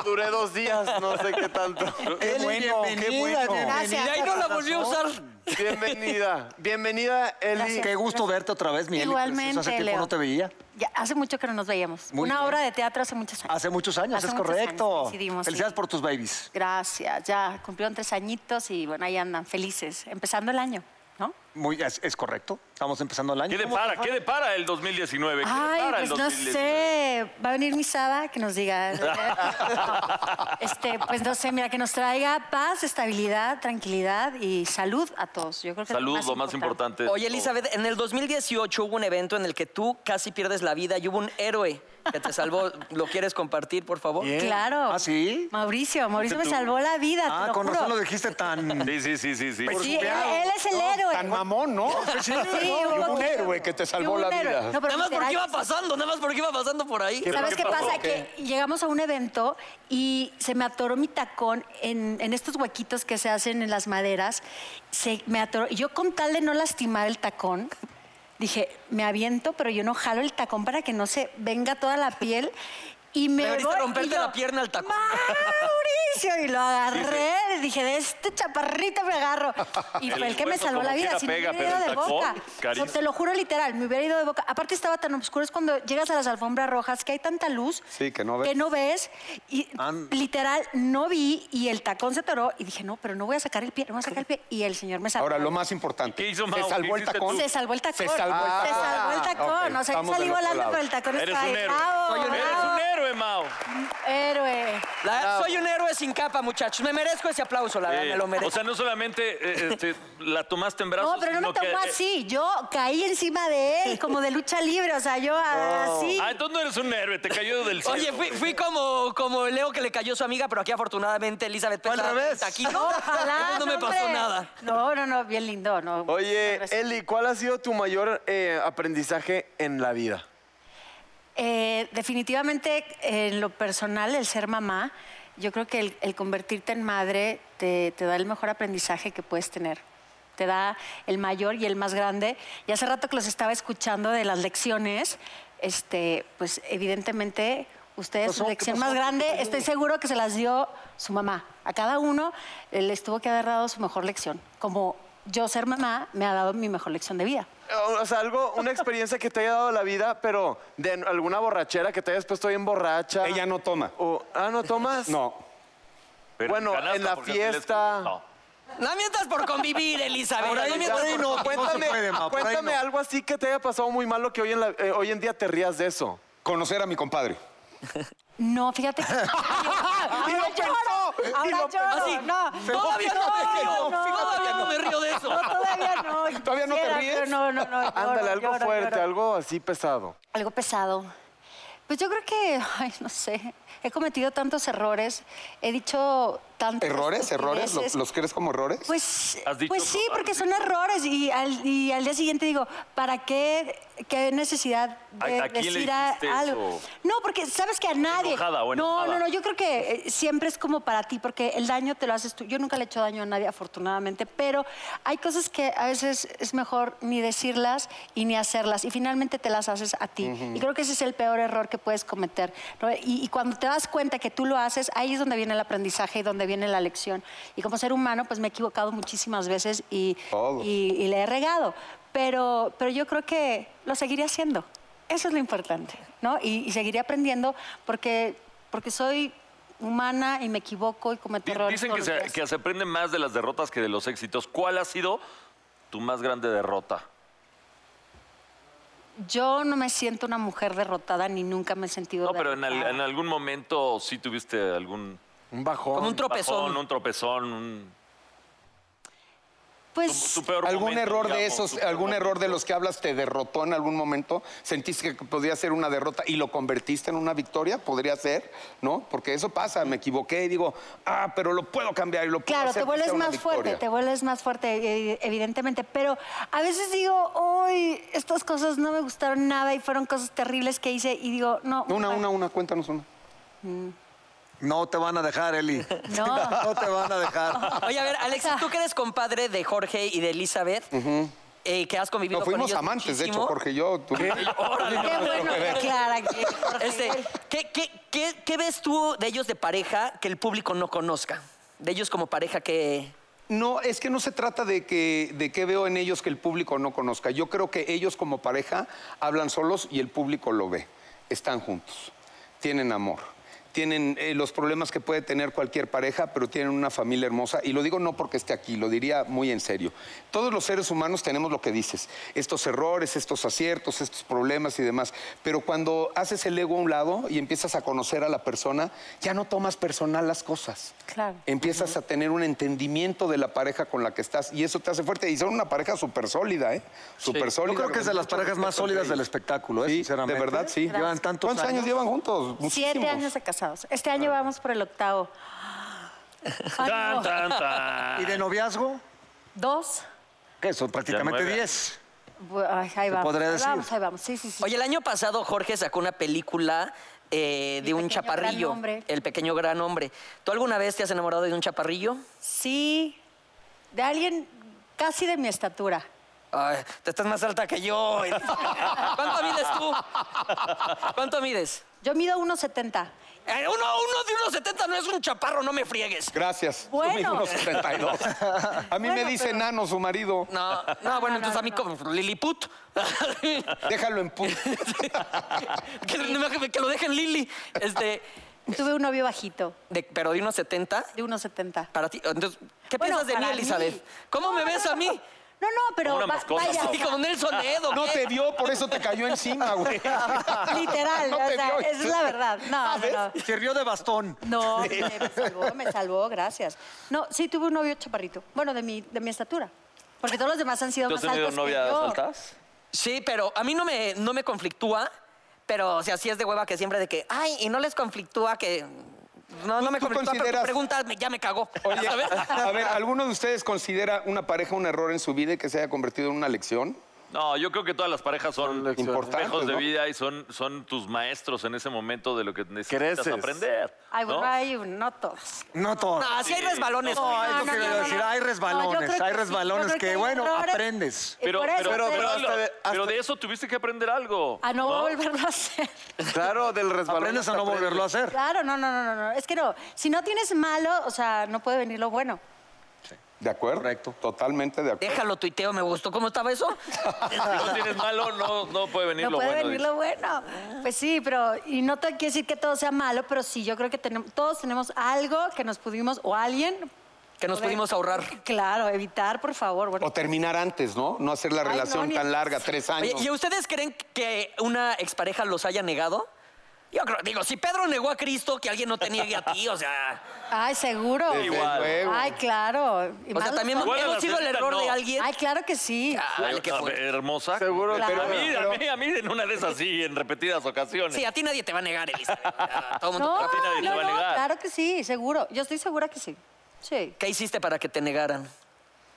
duré dos días, no sé qué tanto.
Qué bueno, qué bueno.
Y de ahí no la volví a usar.
Bienvenida, bienvenida, Eli.
Gracias.
Qué gusto verte otra vez, mi Eli. Pues,
Igualmente,
Hace tiempo
Leo.
no te veía.
Ya, hace mucho que no nos veíamos.
Muy
Una
bien.
obra de teatro hace muchos años.
Hace muchos años,
Hace
es
muchos
correcto.
años coincidimos, sí.
Felicidades por tus babies.
Gracias, ya cumplieron tres añitos y bueno, ahí andan felices, empezando el año, ¿no?
Muy, es, es correcto. Estamos empezando el año. Ah,
¿Qué
¿Cómo te
depara?
fue?
¿Qué depara el 2019? ¿Qué
Ay,
depara el
pues no
2019?
sé, va a venir mi Saba que nos diga. este, pues no sé, mira, que nos traiga paz, estabilidad, tranquilidad y salud a todos. Yo creo que es
Salud, lo más importante.
Oye, Elizabeth, en el 2018 hubo un evento en el que tú casi pierdes la vida y hubo un héroe que te salvó. ¿Lo quieres compartir, por favor?
Claro.
¿Ah, sí?
Mauricio, Mauricio me salvó la vida, te
Ah,
lo
con
juro.
razón lo dijiste tan...
Sí, sí, sí, sí. sí.
Pues Sí, él, él es el héroe.
Tan mamón, ¿no? Sí,
Sí,
¿no? Y
un
hubo un
poquito.
héroe que te
Y
salvó
un
la
héroe.
vida.
No, pero
Nada más porque
literal,
iba pasando, nada más porque iba pasando por ahí.
¿Sabes qué pasa?
¿Qué?
Que llegamos a un evento y se me atoró mi tacón en, en estos huequitos que se hacen en las maderas. Se me atoró. Yo con tal de no lastimar el tacón, dije, me aviento, pero yo no jalo el tacón para que no se venga toda la piel. Y me
Deberiste
voy, y
romperte
yo,
la pierna al tacón.
Mauricio, y lo agarré, le dije, de este chaparrito me agarro. Y fue el que me
hueso
salvó
Pues como
la
quiera
vida, si no me
pega,
hubiera
pero
ido
el
de
tacón,
boca.
carísimo.
O te lo juro literal, me hubiera ido de boca. Aparte estaba tan oscuro, es cuando llegas a las alfombras rojas que hay tanta luz
Sí, que no ves.
ves, Y
An-
literal, no vi y el tacón se atoró y dije, no, pero no voy a sacar el pie, no voy a sacar el pie. Y el señor me salvó.
Ahora, lo más importante.
¿Qué hizo
¿Se
Mau?
salvó
¿Qué
el
hiciste
tacón?
tú?
Se salvó el tacón.
Se salvó el
Se
tacón. Ah,
salvó el tacón.
ok,
o sea, yo
estamos
salí
del otro
volando
lado.
con el tacón.
Eres
estaba
un
ahí.
héroe.
¡Bravo!
Eres un héroe, Mao.
Héroe.
La- soy un héroe sin capa, muchachos. Me merezco ese aplauso, la verdad,
Eh,
me lo merezco.
o sea, no solamente eh, este, la tomaste en brazos,
No, pero no me
sino que,
tomó
eh,
así. Yo caí encima de él, como de lucha libre. O sea, yo así.
Ah, entonces no eres un héroe, te cayó del cielo.
Oye, fui, fui como, como Leo que le cayó su amiga, pero aquí afortunadamente Elizabeth pesa
al revés.
30 kilos.
No, ojalá,
no me pasó
hombre.
nada.
No, no, no, bien lindo. No,
Oye,
Gracias.
Eli, ¿cuál ha sido tu mayor eh, aprendizaje en la vida?
Eh, definitivamente, en lo personal, el ser mamá, yo creo que el, el convertirte en madre te, te da el mejor aprendizaje que puedes tener. Te da el mayor y el más grande. Y hace rato que los estaba escuchando de las lecciones, este, pues evidentemente ustedes su lección más grande, estoy seguro que se las dio su mamá. A cada uno eh, les tuvo que haber dado su mejor lección. Como yo ser mamá me ha dado mi mejor lección de vida.
O o sea, algo, una experiencia que te haya dado la vida, pero de alguna borrachera que te hayas puesto bien borracha.
Ella no toma.
O- ah, ¿no tomas?
No.
Pero
bueno,
canasta,
en la
porque así les-
fiesta.
No.
No mientas por convivir, Elizabeth.
Por ahí
no mientas
por ahí
por-
no, por ahí no se
Cuéntame,
puede, ma, por ahí
cuéntame
no.
algo así que te haya pasado muy malo que hoy en, la- eh, hoy en día te rías de eso.
Conocer a mi compadre.
No, fíjate. que- ahora lloro, ahora lloro.
Ah,
Así,
no,
Ah, Todavía no me río, todavía no me río de eso.
No, todavía no. yo
¿Todavía no te
quisiera,
ríes?
pero No, no, no. lloro,
Ándale, algo
lloro,
fuerte,
lloro.
algo así pesado.
Algo pesado. Pues yo creo que, ay, no sé, he cometido tantos errores, he dicho
tantas
¿Errores? ¿Errores? ¿Lo-
estupideces.
¿Los crees como errores?
Pues,
¿Has dicho-
pues sí,
has
porque son errores y al, y al día siguiente digo, ¿para qué, qué necesidad de
¿A- a quién le
decir a-
dijiste
algo?
eso?
No, porque sabes que a nadie...
¿Enojada o enojada?
No, no, no, yo creo que eh, siempre es como para ti, porque el daño te lo haces tú. Yo nunca le he hecho daño a nadie, afortunadamente, pero hay cosas que a veces es mejor ni decirlas y ni hacerlas, y finalmente te las haces a ti. Y creo que ese es el peor error que puedes cometer. ¿no? Y, y cuando te das cuenta que tú lo haces, ahí es donde viene el aprendizaje y donde viene la lección. Y como ser humano, pues me he equivocado muchísimas veces y,
Todos.
y, y le he regado, pero, pero yo creo que lo seguiré haciendo. Eso es lo importante, ¿no? Y, y seguiré aprendiendo porque, porque soy humana y me equivoco y cometo
Di-
errores.
Dicen
todos
que
los
se,
días.
que se aprende más de las derrotas que de los éxitos. ¿Cuál ha sido tu más grande derrota?
Yo no me siento una mujer derrotada ni nunca me he sentido
No, pero en, al-
derrotada.
en algún momento sí tuviste algún
Un bajón.
Como un tropezón.
bajón, un tropezón, un,
Pues
tu peor
¿Algún
momento,
error de
digamos,
esos,
tu peor
algún error de
momento?
los que hablas te derrotó en algún momento? ¿Sentiste que podía ser una derrota y lo convertiste en una victoria? ¿Podría ser? ¿No? Porque eso pasa, me equivoqué y digo, ah, pero lo puedo cambiar y lo puedo
Claro,
hacer
te
que
vuelves
sea una
más fuerte,
victoria".
te vuelves más fuerte, eh, evidentemente. Pero a veces digo, hoy estas cosas no me gustaron nada y fueron cosas terribles que hice y digo, no.
Una, una, una, cuéntanos una.
No te van a dejar, Eli.
No.
No te van a dejar.
Oye, a ver, Alexis, tú que eres compadre de Jorge y de Elizabeth, eh, que has convivido
No,
con
fuimos
ellos
amantes, de
muchísimo.
hecho, Jorge y yo. tú-
Órale,
Qué bueno que Clara. que- Jorge,
Este, ¿qué, qué, qué, qué ves tú de ellos de pareja que el público no conozca? De ellos como pareja que...
No, es que no se trata de que de qué veo en ellos que el público no conozca. Yo creo que ellos como pareja hablan solos y el público lo ve. Están juntos, tienen amor, tienen eh, los problemas que puede tener cualquier pareja, pero tienen una familia hermosa. Y lo digo no porque esté aquí, lo diría muy en serio. Todos los seres humanos tenemos lo que dices, estos errores, estos aciertos, estos problemas y demás. Pero cuando haces el ego a un lado y empiezas a conocer a la persona, ya no tomas personal las cosas
Claro.
empiezas a tener un entendimiento de la pareja con la que estás y eso te hace fuerte. Y son una pareja súper sólida, ¿eh? Súper sólida.
Yo creo que es de las parejas más sólidas del espectáculo, ¿eh?
Sí,
sinceramente.
de verdad, sí.
Llevan tantos
¿Cuántos años, llevan juntos?
Siete
Muchísimos.
años de casados. Este año
Ah.
vamos por el octavo. Ay,
Tan,
no.
tan, tan.
¿Y de noviazgo?
Dos.
Que son prácticamente
nueve.
10.
Bu- ay, ahí vamos.
podría
ahí
decir.
vamos, ahí vamos. Sí, sí, sí.
Oye, el año pasado Jorge sacó una película eh, de
El
un
pequeño gran
chaparrillo.
hombre.
El pequeño gran hombre. ¿Tú alguna vez te has enamorado de un chaparrillo?
Sí. De alguien casi de mi estatura.
Ay, te estás más alta que yo. ¿Cuánto mides tú? ¿Cuánto mides?
Yo mido 1,70.
Eh, uno, uno de 1,70 no es un chaparro, no me friegues.
Gracias.
Bueno.
Yo mido unos 72. A mí me
Bueno,
dice
pero-
nano su marido.
No, no, bueno,
no,
entonces a mí
no.
como Lilliput.
Déjalo en punto.
que, no- que lo dejen Lili. Este,
Tuve un novio bajito,
de- pero de unos 70,
de 1,70.
para ti. Entonces, ¿qué
Bueno,
piensas de mí,
para
Elizabeth?
mí.
¿Cómo
No,
me
no,
ves
no,
a mí?
No, no, pero
Una
va-
mascota,
vaya,
no.
o
Así
sea,
como Nelson Edo.
No
¿qué?
te vio, por eso te cayó encima, güey.
literal,
No
o
te
sea,
vio.
esa es la verdad. No, no, no.
Se rió de bastón.
No, me, me ¿Ah, salvó, me salvó, gracias. No, sí tuve un novio chaparrito. Bueno, de mi, de mi estatura. Porque todos los demás han sido
¿Tú
más
has tenido
altos que
novias
yo.
altas?
Sí, pero a mí no me, no me conflictúa, pero o sea, sí es de hueva que siempre de que, ay, y no les conflictúa que... No, no me
tú
conflictúa, pero tu
consideras-
pregunta me- ya me cagó.
Oye,
¿sabes?
a ver, ¿alguno de ustedes considera una pareja un error en su vida y que se haya convertido en una lección?
No, yo creo que todas las parejas
Son
son
lecciones.
Importantes,
espejos de
¿no?
vida y son, son tus maestros en ese momento de lo que necesitas
Creces.
aprender.
Ay,
¿no?
bueno, hay un- no todos.
No todo.
No, sí hay resbalones.
No, es lo que iba a decir. Hay
No, yo
resbalones,
creo
hay
que sí, yo
resbalones
creo
que,
hay
bueno,
errores.
aprendes.
Y
Pero,
por
pero,
eso
pero,
te digo,
hasta de- hasta-
pero de eso tuviste que aprender algo.
A no volverlo a hacer.
Claro, del resbalón.
Aprendes a
hasta
no volverlo a hacer.
Claro, no, no, no, no, no. Es que no. Si no tienes malo, o sea, no puede venir lo bueno.
¿De acuerdo?
Correcto.
Totalmente de acuerdo.
Déjalo tuiteo, me gustó cómo estaba eso.
Si no tienes malo, no, no puede venir
No
lo
puede
bueno.
venir
dice.
lo bueno. Pues sí, pero. Y no te quiere decir que todo sea malo, pero sí, yo creo que tenemos, todos tenemos algo que nos pudimos, o alguien.
Que nos
poder-
pudimos ahorrar.
Claro, evitar, por favor. Bueno,
O terminar antes, ¿no? No hacer la
Ay,
relación
no, ni-
tan larga, tres
Oye,
años.
¿y ustedes creen que una expareja los haya negado? Yo creo, digo, si Pedro negó a Cristo, que alguien no te niegue a ti, o sea.
Ay, seguro.
Desde
Igual.
luego.
Ay, claro. Y
O
más
sea,
los
también
Igual a la
hemos sido el
señorita
error de
no.
alguien.
Ay, claro que sí.
Chale, qué
Ah,
fuerte.
hermosa.
Seguro,
Pero a
pero-
mí, a
pero-
mí, a mí en una de esas sí, en repetidas ocasiones.
Sí, a ti nadie te va a negar, Elizabeth. A todo mundo
No,
te va a
no,
pedir.
nadie te
no,
va a negar.
claro que sí, seguro. Yo estoy segura que sí. Sí.
¿Qué hiciste para que te negaran?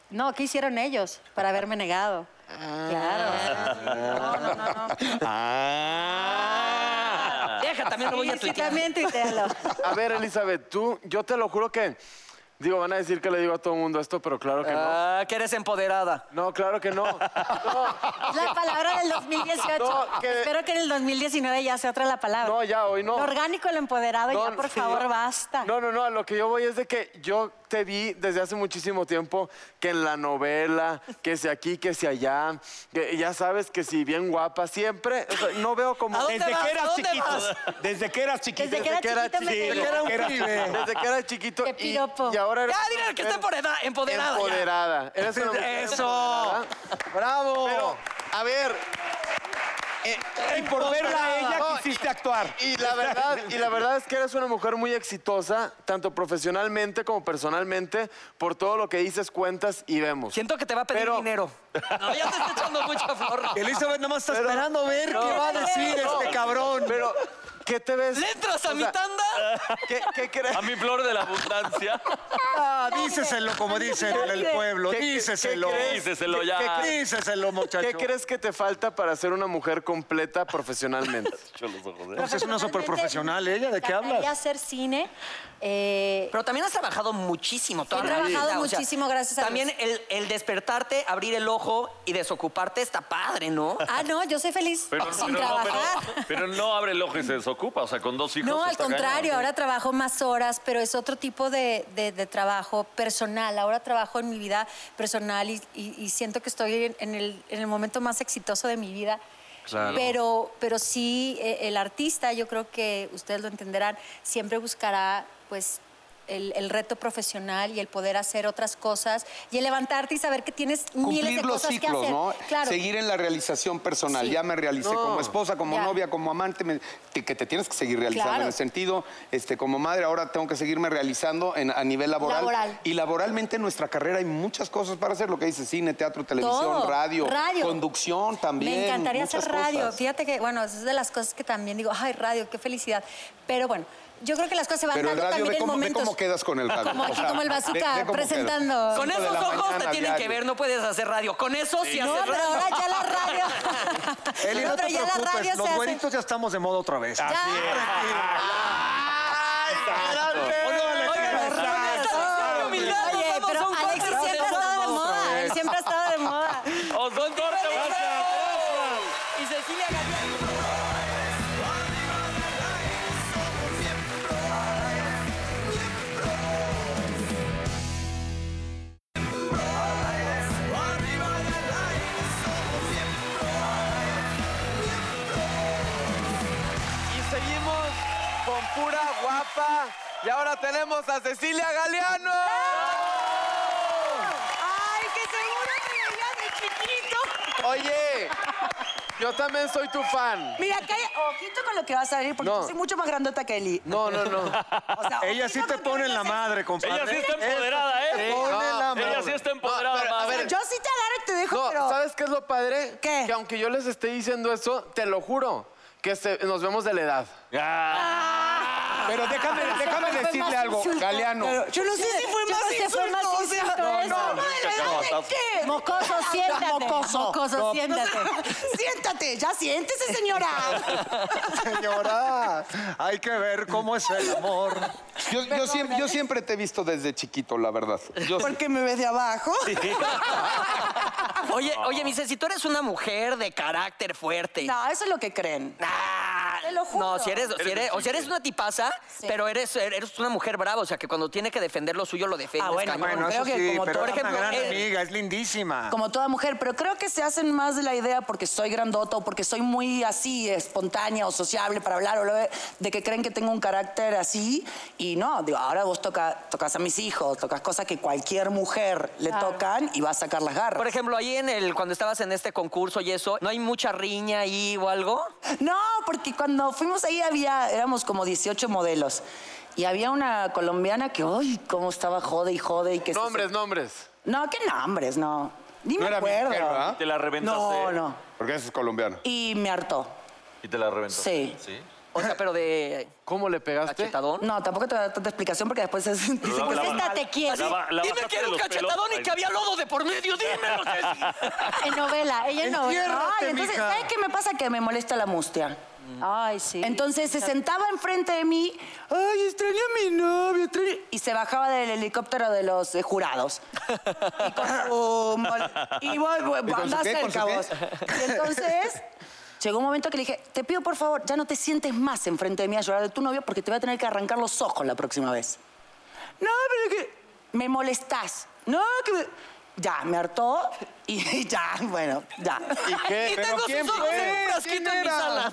No, ¿qué hicieron ellos para haberme negado? Claro. No, no, no. no.
Ah.
Deja, también lo voy a
Sí, sí,
tuitear.
también tuitealo.
A ver, Elizabeth, tú, yo te lo juro que. Digo, van a decir que le digo a todo el mundo esto, pero claro que no.
Ah, que eres empoderada.
No, claro que no. No,
Es la palabra del 2018.
No, que-
Espero que en el 2019 ya sea otra la palabra.
No, ya, hoy no.
Lo orgánico, lo empoderado,
No,
ya por
sí.
favor, basta.
No, no, no, a lo que yo voy es de que yo te vi desde hace muchísimo tiempo que en la novela, que si aquí, que si allá, que ya sabes que si bien guapa, siempre, o sea, no veo como...
¿A dónde
Desde
vas?
que eras
¿A dónde
chiquito.
vas?
Desde que eras chiquito.
Desde que era chiquita me
chiquito,
quedé.
desde que era
Desde que era chiquito
Qué
y-
piropo.
y, ahora eres
Ya,
una
dile que
mujer
está por edad, empoderada. ya.
empoderada. Eres una mujer
Eso.
empoderada.
¡Bravo!
Pero, a ver,
Y por verla a ella
No,
quisiste actuar.
Y la verdad, y la verdad es que eres una mujer muy exitosa, tanto profesionalmente como personalmente, por todo lo que dices, cuentas y vemos.
Siento que te va a pedir
Pero-
dinero. No, ya te está echando mucha flor.
Elizabeth nada más está esperando ver qué va a decir este cabrón.
Pero, ¿qué te ves?
¿Le entras a
O
mi
sea,
tanda?
¿Qué, qué crees?
A mi flor de la abundancia.
Ah, díceselo como dicen en el pueblo,
¿Qué- qué-
díceselo.
qué crees?
Díceselo
¿Qué-
ya.
qué crees?
Díceselo, muchacho.
¿Qué crees que te falta para ser una mujer completa profesionalmente?
Yo los ojos, ¿eh?
Pues es una súper profesional ella, ¿de qué
Quería
hablas?
hacer cine. eh,
Pero también has trabajado muchísimo. toda
He
la vida,
trabajado
o sea,
muchísimo, gracias a
También el, el despertarte, abrir el ojo y desocuparte está padre, ¿no?
ah, no, yo soy feliz
Pero,
sin
pero no, pero-
trabajar.
pero no abre el ojo y se desocupa. O sea, con dos hijos.
No, al
está cañón.
contrario, ahora trabajo más horas, pero es otro tipo de, de- de trabajo personal. Ahora trabajo en mi vida personal y, y- y siento que estoy en, en el, en el momento más exitoso de mi vida.
Claro.
Pero, pero sí, eh, el artista, yo creo que ustedes lo entenderán, siempre buscará pues el, el reto profesional y el poder hacer otras cosas y el levantarte y saber que tienes miles de
Cumplir los
cosas que
ciclos,
hacer.
¿no?
Claro.
Seguir en la realización personal.
Sí.
Ya me realicé como esposa, como
Ya.
novia, como amante, me- te- que te tienes que seguir realizando.
Claro.
En el sentido, este, como madre, ahora tengo que seguirme realizando en- a nivel laboral.
Laboral.
Y laboralmente en nuestra carrera hay muchas cosas para hacer. Lo que dice cine, teatro, televisión,
Todo.
radio,
Radio.
conducción también.
Me encantaría hacer
muchas
radio.
cosas.
Fíjate que, bueno, es de las cosas que también digo, ay, radio, qué felicidad. Pero bueno, yo creo que las cosas se van
Pero el
dando
radio,
también
ve
en
cómo, ve
momentos.
cómo quedas con el radio.
Como aquí,
O sea,
como el
ve-
bazooka,
ve cómo quedas.
presentando.
Con
Cinco de
esos
la
ojos
mañana,
te tienen que
diario.
ver, no puedes hacer radio. Con eso sí,
No,
haces
pero
radio.
ahora ya la radio.
Eli, no, te
pero ya la radio
preocupes,
se
los
hace-
güeritos ya estamos de moda otra vez.
Ya.
Oigan, con esta lección de humildad nos
Oye,
vamos
pero
a un corte
Alexis
y
siempre ha
regresamos.
estado de moda. Él siempre ha estado de moda.
¡Os doy corte,
Y Cecilia Galeano.
Y seguimos con pura guapa. Y ahora tenemos a Cecilia Galeano.
Ay, que seguro me veía de chiquito.
Oye, yo también soy tu fan.
Mira, calla- ojito con lo que vas a decir, porque
No.
yo soy mucho más grandota que Eli.
No, no, no.
O sea,
Ella
ojito
sí te
con
pone
quién
en la
haces-
madre, compadre.
eh. Ella sí está empoderada, ¿eh?
Pone la madre.
Ella sí está empoderada,
No, pero, a
O
madre.
sea, yo sí te agarro y te dejo,
No,
pero...
¿sabes qué es lo padre?
¿Qué?
Que aunque yo les esté diciendo eso, te lo juro, que se- nos vemos de la edad.
Ah,
Pero déjame, déjame decirle algo, Galeano.
Pero yo no sé si fue
Yo
más
no sé, fue
insulto,
más
o sea,
insulto
no,
eso.
no.
no, estás-
Mocoso, siéntate.
mocoso.
Mocoso,
No.
siéntate.
Siéntate, ya siéntese, señora.
Señora, hay que ver cómo es el amor.
Yo, yo siempre, yo siempre te he visto desde chiquito, la verdad. Yo
Porque me ves de abajo.
Oye, oye, mi Ceci, tú eres una mujer de carácter fuerte.
No, eso es lo que creen.
Ah,
Te lo juro.
No, si eres, si
Eres
eres-
un
o si eres
chiste.
una tipaza, pero eres, eres una mujer brava, o sea, que cuando tiene que defender lo suyo, lo defiende.
Ah, bueno,
Bueno,
creo
eso sí,
que como
pero
todo-
es
por ejemplo,
una gran
él-
amiga, es lindísima.
Como toda mujer, pero creo que se hacen más de la idea porque soy grandota o porque soy muy así, espontánea o sociable para hablar, o lo de, de que creen que tengo un carácter así. Y no, digo, ahora vos toca, tocas a mis hijos, tocas cosas que cualquier mujer le tocan y va a sacar las garras.
Por ejemplo, ahí en el, cuando estabas en este concurso y eso, ¿no hay mucha riña ahí o algo?
No, porque cuando fuimos ahí había, éramos como 18 modelos. Y había una colombiana que, uy, cómo estaba jode y jode y que... se-
Nombres, nombres.
No, qué nombres, no. Ni
No
me
era mi
acuerdo.
mujer, ¿verdad?
Te la reventaste.
no, no.
Porque ese es colombiano.
Y me hartó.
Y te la reventaste.
Sí.
O sea, pero de
¿Cómo le pegaste?
cachetadón.
No, tampoco te voy a dar tanta explicación porque después es...
La-
Pues
la-
esta te quiere.
la ba- la
Dime
bajaste
que era
de
un
los pelos.
cachetadón y
Ay,
que había lodo de por medio. Dímelo, Ceci.
En novela, ella en novela.
Ay, entonces, ¿sabes qué me pasa? Que me molesta la mustia.
Ay, sí.
Entonces se sentaba enfrente de mí, ay, extraño a mi novio, extraño-". y se bajaba del helicóptero de los eh, jurados. Y con su mol- y voy, voy,
¿Y con su
andá
qué? ¿Con
cerca
su qué?
vos. Y entonces llegó un momento que le dije, te pido por favor, ya no te sientes más enfrente de mí a llorar de tu novio porque te voy a tener que arrancar los ojos la próxima vez. No, pero que me molestás. No, que me- Ya, me hartó y ya, bueno, ya.
¿Y qué?
Eh,
Y
¿Pero
tengo
quién
sus ojos en
fue?
un frasquito
¿Quién
en mi
era?
sala.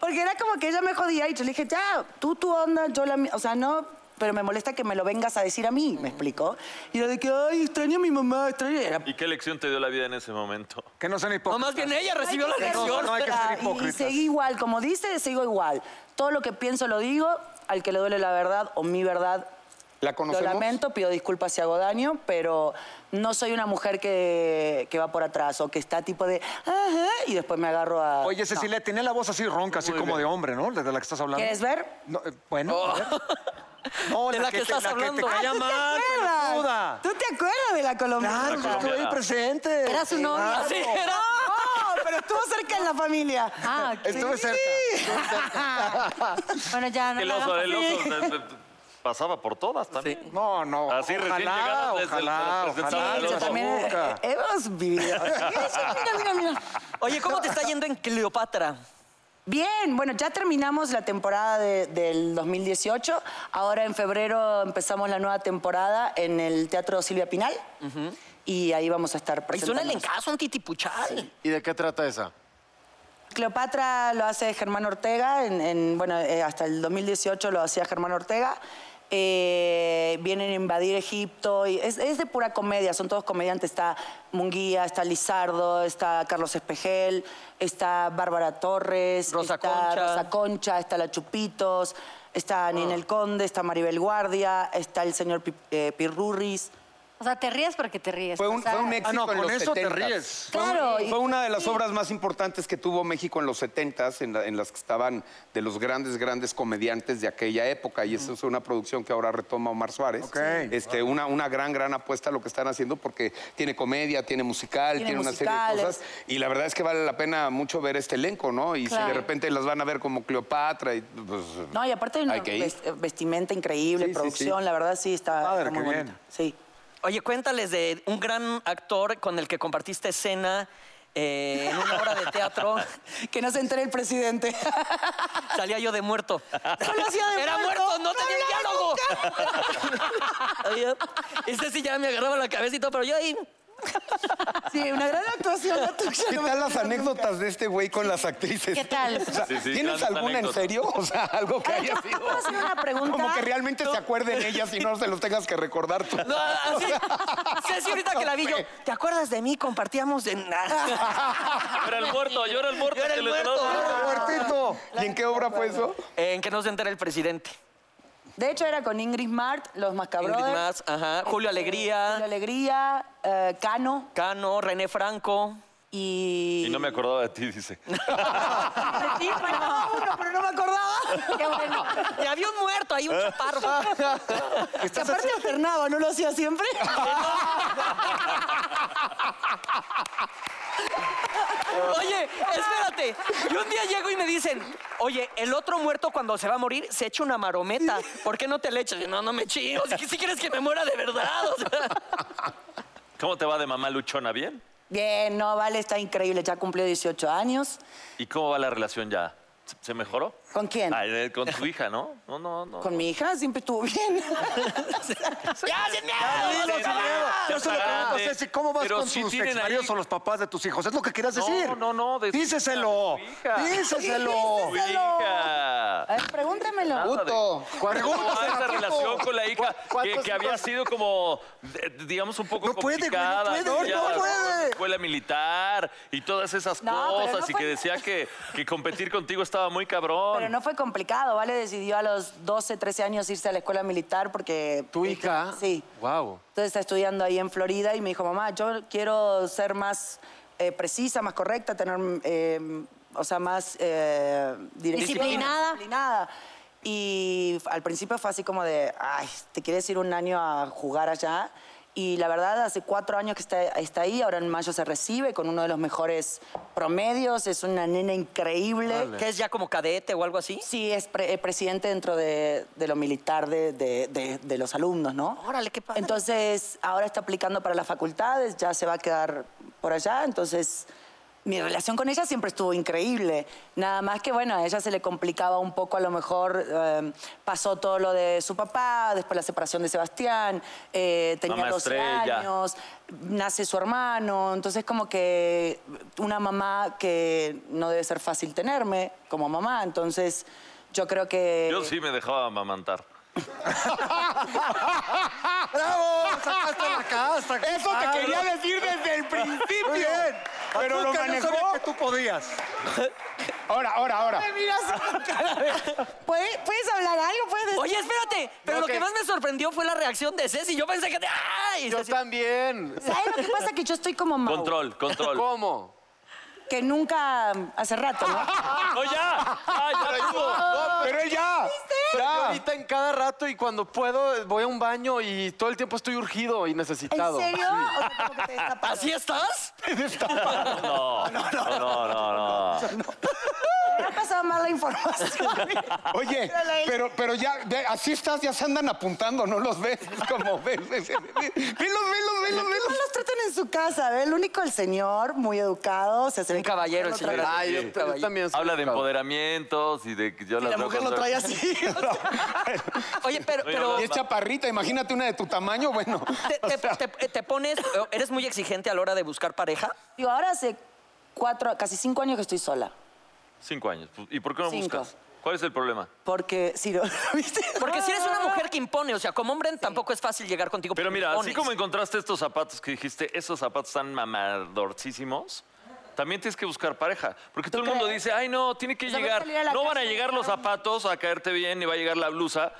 Porque era como que ella me jodía y yo le dije, ya, tú tu onda, yo la mía. O sea, no, pero me molesta que me lo vengas a decir a mí, me explicó. Y era de que, ay, extraño a mi mamá, extraño. Era...
¿Y qué lección te dio la vida en ese momento?
Que no sean
No,
hipócritas.
más bien ella recibió la
no,
lección.
no hay que
Ah,
ser
y- Y,
hipócritas.
seguí igual, como dice, sigo igual. Todo lo que pienso lo digo, al que le duele la verdad o mi verdad.
¿La
Lo
conocemos?
lamento, pido disculpas si hago daño, pero no soy una mujer que, que va por atrás o que está tipo de, ajá, y después me agarro a...
Oye,
No.
Cecilia, tenía la voz así ronca, así como de hombre, ¿no? De la que estás hablando.
¿Quieres ver?
No, eh, bueno. a ver. No,
De la que
te-
estás
te
hablando. Ah,
caía
¿tú te
mal,
¿Te acuerdas?
pelotuda.
¿Tú te acuerdas de la colombiana?
Claro, yo estuve ahí presente.
Era
Ah,
su novia.
Así era.
No, pero estuvo cerca en la familia.
Ah, ok.
Estuve cerca. estuve cerca.
Bueno, ya no
El
la hagan
oso, el
pasar.
oso te- te- te- pasaba por todas también.
No, no.
Así recién
ojalá,
llegados desde el-
ojalá,
desde el
ojalá.
salón.
ojalá,
Yo también eh,
nunca.
eh, hemos vivido. Mira, mira, mira.
Oye, ¿cómo te está yendo en Cleopatra?
Bien, bueno, ya terminamos la temporada de- del 2018. Ahora en febrero empezamos la nueva temporada en el Teatro Silvia Pinal. Y ahí vamos a estar
Hizo un
presentando.
elencazo, un titipuchal.
¿Y de qué trata esa?
Cleopatra lo hace Germán Ortega, en, en- bueno, eh, hasta el 2018 lo hacía Germán Ortega. Eh, vienen a invadir Egipto, y es, es de pura comedia, son todos comediantes, está Munguía, está Lizardo, está Carlos Espejel, está Bárbara Torres,
Rosa
está
Concha.
Rosa Concha, está La Chupitos, está Ninel Conde, está Maribel Guardia, está el señor Pi- eh, Pirurris.
O sea, te ríes porque te ríes.
Fue
o
un,
sea,
fue un éxito
Ah, no,
en
con
los
eso te
70s.
ríes.
Fue un-
Claro,
Fue,
y-
una de las obras más importantes que tuvo México en los 70s, en, la- en las que estaban de los grandes, grandes comediantes de aquella época. Y eso es una producción que ahora retoma Omar Suárez.
Ok.
Este, una, una gran, gran apuesta a lo que están haciendo porque tiene comedia, tiene musical,
Tiene
tiene, una serie de
musicales.
cosas. Y la verdad es que vale la pena mucho ver este elenco, ¿no? Y si
Claro.
de repente las van a ver como Cleopatra, y, pues,
No, pues. y aparte hay una
Hay que ir.
ves- vestimenta increíble,
Sí, sí, sí.
producción, la verdad sí está,
Padre,
está muy
qué bien.
bonita. Sí.
Oye, cuéntales de un gran actor con el que compartiste escena eh, en una obra de teatro.
Que no se entere el presidente.
Salía yo de muerto.
Solo hacía de
Era
muerto,
muerto, no,
no
tenía diálogo. Oye, Este sí ya me agarraba la cabeza y todo, pero yo ahí.
Sí, una gran actuación la tuya.
¿Qué tal las anécdotas de este güey con las actrices?
¿Qué tal?
O sea,
Sí, sí,
¿Tienes
grandes
alguna en
anécdotas.
serio? O sea, algo que haya sido.
¿Puedo hacer una pregunta?
Como que realmente se acuerden ellas y no se los tengas que recordar tú.
No, así. Ceci, ahorita que la vi yo. ¿Te acuerdas de mí? Compartíamos en.
Yo era el muerto, yo era el muerto.
Yo era
que
el
le-
muerto.
Robertito. ¿Y en qué obra fue eso?
En que no se entera el presidente.
De hecho, era con Ingrid Mart, los Mascabrothers.
Ingrid Mas, ajá. Julio
Julio
Alegría,
Alegría, eh, Cano
Cano, René Franco.
y...
Y no me acordaba de ti, dice.
De ti, faltaba uno, pero no me acordaba.
Qué bueno.
Y había un muerto ahí, un chaparro.
Que aparte alternaba, ¿no lo hacía siempre?
Oye, espérate. Y un día llego y me dicen, oye, el otro muerto cuando se va a morir se echa una marometa. ¿Por qué no te le echas? Y, No, no me chingo. Si, si quieres que me muera de verdad. o sea.
¿Cómo te va de mamá luchona? ¿Bien?
Bien, no, Vale está increíble, ya cumplió 18 años.
¿Y cómo va la relación ya? ¿Se- ¿Se mejoró?
¿Con quién?
Ay, eh, con tu hija, ¿no? No, no, no.
Con mi hija siempre estuvo bien.
¡Ya, sin miedo!
dilo,
¡Sin miedo!
Ah, Yo se lo pregunto,
grande.
Ceci, ¿cómo vas
Pero
con
sí
tus
tienen
ex maridos
ahí-
o los papás de tus hijos? Es lo que querías
No,
decir.
no, no, de-
Díceselo.
de tu hija.
Díceselo.
Tu hija.
Es pregúntamelo.
Ah,
Puto.
¿Cómo va esa relación con la hija
¿Cu-
que,
cuántos
que había
hijos?
sido como, de- digamos, un poco
No puede, güey, no
complicada?
puede,
que
no
ya
puede.
fue a la Escuela militar y todas esas
No, pero
cosas
no
y
fue-
que decía que, que competir contigo estaba muy cabrón.
Pero no fue complicado, ¿vale? Decidió a los 12, 13 años irse a la escuela militar porque... este,
¿Tu hija?
Sí.
Wow.
Entonces está estudiando ahí en Florida y me dijo, mamá, yo quiero ser más eh, precisa, más correcta, tener, eh, o sea, más eh, dirección,
Disciplinada.
disciplinada. Y al principio fue así como de, ay, te quieres ir un año a jugar allá. Y la verdad, hace cuatro años que está, está ahí, ahora en mayo se recibe con uno de los mejores promedios, es una nena increíble.
¿Qué es ya como cadete o algo así?
Sí, es pre- eh, presidente dentro de, de lo militar de, de- de- de los alumnos, ¿no?
Órale, qué padre.
Entonces, ahora está aplicando para las facultades, ya se va a quedar por allá, entonces... Mi relación con ella siempre estuvo increíble. Nada más que, bueno, a ella se le complicaba un poco, a lo mejor eh, pasó todo lo de su papá, después la separación de Sebastián, eh, tenía
Mamá
12
estrella.
años años, nace su hermano, entonces como que una mamá que no debe ser fácil tenerme como mamá, entonces yo creo que...
Yo sí me dejaba amamantar.
¡Bravo! ¡Sacaste la casa!
Eso te quería decir desde el principio.
Muy bien.
Pero lo
Azúcar, yo
manejó.
sabía que tú podías.
Ahora, ahora, ahora.
¿Puedes, puedes hablar algo? ¿Puedes decir-
Oye, espérate, pero
No,
lo que
que-
más me sorprendió fue la reacción de Ceci. Yo pensé que... ¡Ay!
Yo también.
¿Sabes lo que pasa? Que yo estoy como Mau,
Control, control.
¿Cómo?
que nunca... Hace rato, ¿no?
¡No, ya! ¡Ya, ya estuvo!
Pero él ya.
Yo ahorita en cada rato y cuando puedo voy a un baño y todo el tiempo estoy urgido y
¿En
necesitado.
serio? O sea, como que te destaparon.
¿Así estás?
No, no, no, no.
Me ha pasado mal la información.
Oye, pero, pero ya, ve, así estás, ya se andan apuntando, no los ves. Es como, ves, ves, ves, velos, velos, velos,
No
velos.
los tratan en su casa, ¿ves? El único, el señor, muy educado. Se hace
Un caballero, el señor.
Ay, yo,
Sí.
yo también soy
Habla de
educado.
empoderamientos y de que yo las
La
veo
mujer lo
cuando-
trae así.
Oye, pero...
Oye,
pero
Y es chaparrita, imagínate una de tu tamaño, bueno.
te, te- te- te pones... eh, ¿Eres muy exigente a la hora de buscar pareja?
Digo, ahora hace cuatro, casi cinco años que estoy sola.
Cinco años. Pues, ¿Y por qué no
Cinco.
buscas? ¿Cuál es el problema?
Porque, sí, ¿no? ¿viste? Ah,
Porque si eres una mujer que impone, o sea, como hombre tampoco es fácil llegar contigo.
Pero
porque
mira, así
impones.
como encontraste estos zapatos que dijiste, esos zapatos están mamadorcísimos, también tienes que buscar pareja. Porque todo el mundo dice, ay, no, tiene que
Pues
sea, voy a
llegar.
salir a la
No van a
calle y
llegar los
buscar un-
zapatos a caerte bien, ni va a llegar la blusa.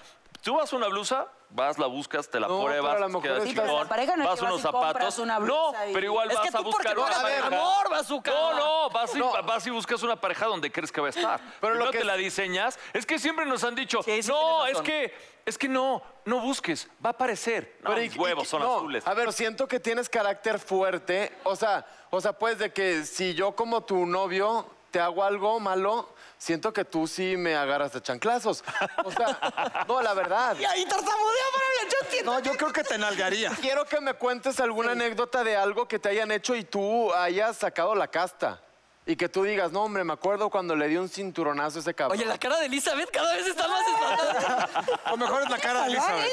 Tú vas a una blusa, vas, la buscas, te la
No,
pruebas,
pero a lo
te
mejor
queda
es- Sí, pero
chingón,
la pareja no es
vas
que vas
unos
y compras
zapatos.
una
no,
blusa y-
pero igual
Es
vas
que
a
tú porque
buscar
tú
una
eres
pareja.
amor, bazooka.
No, no, vas y,
No.
vas y buscas una pareja donde crees que va a estar.
Pero
Pero
lo
no
que
te
es-
la diseñas. Es que siempre nos han dicho,
Sí, sí
no,
tienes
es
razón.
que, es que no, no busques, va a aparecer. No,
Pero y-
mis huevos
y-
son
no,
azules.
A ver, siento que tienes carácter fuerte. O sea, o sea, pues de que si yo como tu novio te hago algo malo, siento que tú sí me agarras de chanclazos. O sea, no, la verdad.
Y tartamudea para hablar, yo entiendo.
No, yo creo que te nalgaría.
Quiero que me cuentes alguna anécdota de algo que te hayan hecho y tú hayas sacado la casta. Y que tú digas, no, hombre, me acuerdo cuando le di un cinturonazo a ese cabrón.
Oye, la cara de Elizabeth cada vez está
Ah,
más espantada.
O mejor es la cara de Elizabeth.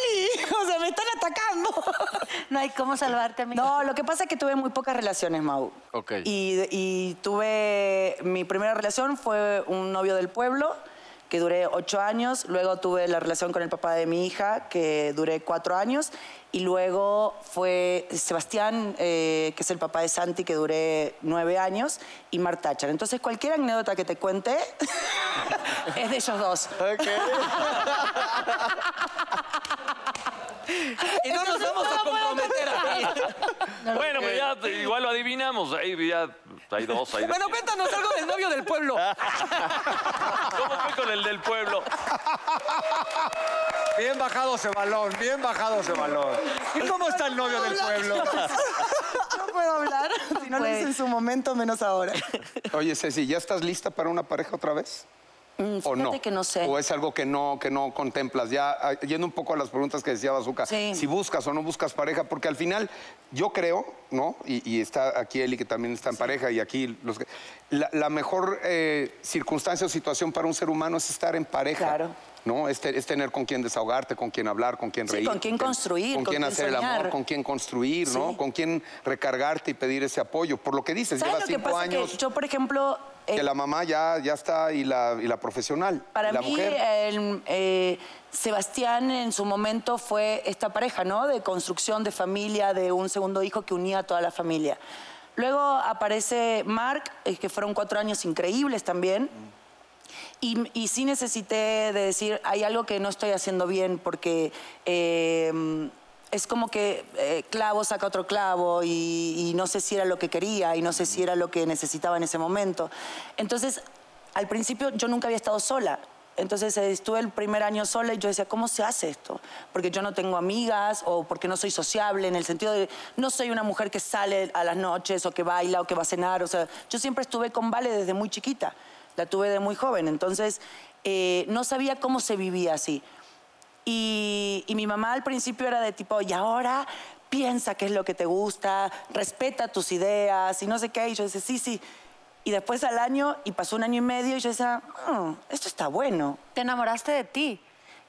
O sea, me están atacando.
No hay cómo salvarte, amigo.
No, lo que pasa es que tuve muy pocas relaciones, Mau.
Ok.
Y, y tuve. Mi primera relación fue un novio del pueblo, que duré ocho años. Luego tuve la relación con el papá de mi hija, que duré cuatro años. Y luego fue Sebastián, eh, que es el papá de Santi, que duré nueve años. Y Marta Achar. Entonces, cualquier anécdota que te cuente es de ellos dos.
Y no nos vamos a comprometer aquí.
Bueno, pues ya te- igual lo adivinamos. Ahí ya hay dos, hay
Bueno, cuéntanos algo del novio del pueblo.
Ah,
¿Cómo fue con el del pueblo?
Bien bajado ese balón, bien bajado ese balón. ¿Y cómo está el novio del pueblo?
No puedo hablar. Si no lo hice en su momento, menos ahora.
Oye, Ceci, ¿ya estás lista para una pareja otra vez? ¿O no?
mm, fíjate que no sé.
O es algo que no, que no contemplas. Ya ah, yendo un poco a las preguntas que decía Bazuca,
Sí.
si buscas o no buscas pareja, porque al final yo creo, ¿no? Y, y está aquí Eli, que también está en pareja, y aquí los que. La, la mejor eh, circunstancia o situación para un ser humano es estar en pareja.
Claro.
¿No? Es, te- es tener con quién desahogarte, con quién hablar, con quién
Sí,
reír.
con quién construir,
Con,
con
quién
quién
hacer el amor,
soñar.
con quién construir, ¿no?
Sí.
Con quién recargarte y pedir ese apoyo. Por lo que dices,
¿Sabes
lleva
lo que
cinco
pasa?
años.
Que yo, por ejemplo, Eh,
Que la mamá ya, ya está y la, y la profesional.
Para
y la
mí,
mujer.
el, eh, Sebastián en su momento fue esta pareja, ¿no? De construcción de familia, de un segundo hijo que unía a toda la familia. Luego aparece Mark, eh, que fueron cuatro años increíbles también. Y, y sí necesité de decir, hay algo que no estoy haciendo bien porque eh, es como que eh, clavo saca otro clavo y, y no sé si era lo que quería y no sé si era lo que necesitaba en ese momento. Entonces, al principio yo nunca había estado sola. Entonces eh, estuve el primer año sola y yo decía, ¿cómo se hace esto? Porque yo no tengo amigas o porque no soy sociable en el sentido de no soy una mujer que sale a las noches o que baila o que va a cenar. O sea, yo siempre estuve con Vale desde muy chiquita. La tuve de muy joven. Entonces eh, no sabía cómo se vivía así. Y, y mi mamá al principio era de tipo, y ahora piensa qué es lo que te gusta, respeta tus ideas y no sé qué. Y yo decía, sí, sí. Y después al año, y pasó un año y medio, y yo decía, "Mm, esto está bueno.
Te enamoraste de ti. Y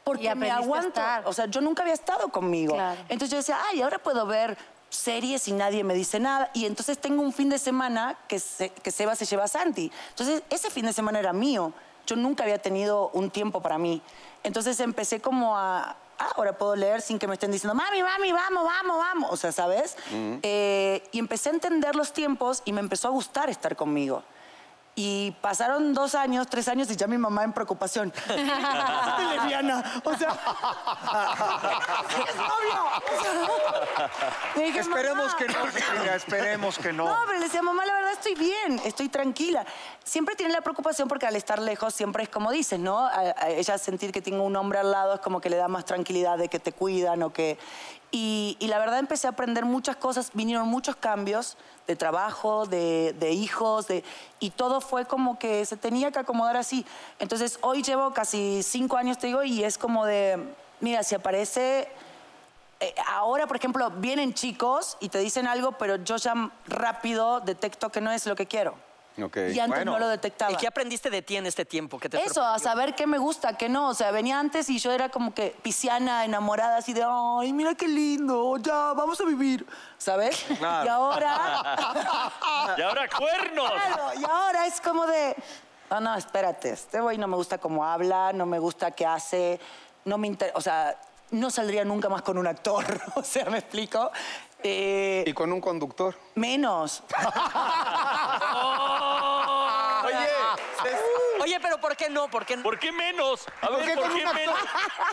Porque me
aprendiste a
aguanto.
estar.
O sea, yo nunca había estado conmigo.
Claro.
Entonces yo decía, ay, ahora puedo ver series y nadie me dice nada. Y entonces tengo un fin de semana que, se- que Seba se lleva a Santi. Entonces ese fin de semana era mío. Yo nunca había tenido un tiempo para mí. Entonces empecé como a, ah, ahora puedo leer sin que me estén diciendo, mami, mami, vamos, vamos, vamos. O sea, ¿sabes? Eh, y empecé a entender los tiempos y me empezó a gustar estar conmigo. Y pasaron dos años, tres años y ya mi mamá en preocupación. ¿Qué te hiciste lesbiana? O sea, sí, es obvio. Le dije,
Esperemos
"Mamá".
que no, Cecilia, esperemos que no.
No, pero le decía, mamá, la verdad estoy bien, estoy tranquila. Siempre tiene la preocupación porque al estar lejos siempre es como dices, ¿no? A- a ella sentir que tengo un hombre al lado es como que le da más tranquilidad de que te cuidan o que... Y, y la verdad empecé a aprender muchas cosas, vinieron muchos cambios de trabajo, de, de hijos, de, y todo fue como que se tenía que acomodar así. Entonces hoy llevo casi cinco años, te digo, y es como de, mira, si aparece eh, ahora, por ejemplo, vienen chicos y te dicen algo, pero yo ya rápido detecto que no es lo que quiero.
Ok.
y antes
bueno.
no lo detectaba.
¿Y qué aprendiste de ti en este tiempo? ¿Qué te
Eso, a saber qué me gusta, qué no. O sea, venía antes y yo era como que pisciana, enamorada, así de, ay, mira qué lindo, ya, vamos a vivir, ¿sabes? Y ahora,
¡Y ahora cuernos!
claro, y ahora es como de, no, no, espérate, este güey no me gusta cómo habla, no me gusta qué hace, no me inter- o sea, no saldría nunca más con un actor, o sea, ¿me explico? Eh,
Y con un conductor.
Menos.
Oye,
Ah,
Oye, pero ¿por qué no? ¿Por qué no?
¿Por qué menos? A
¿Por
ver,
qué
¿por
con
qué
una
menos?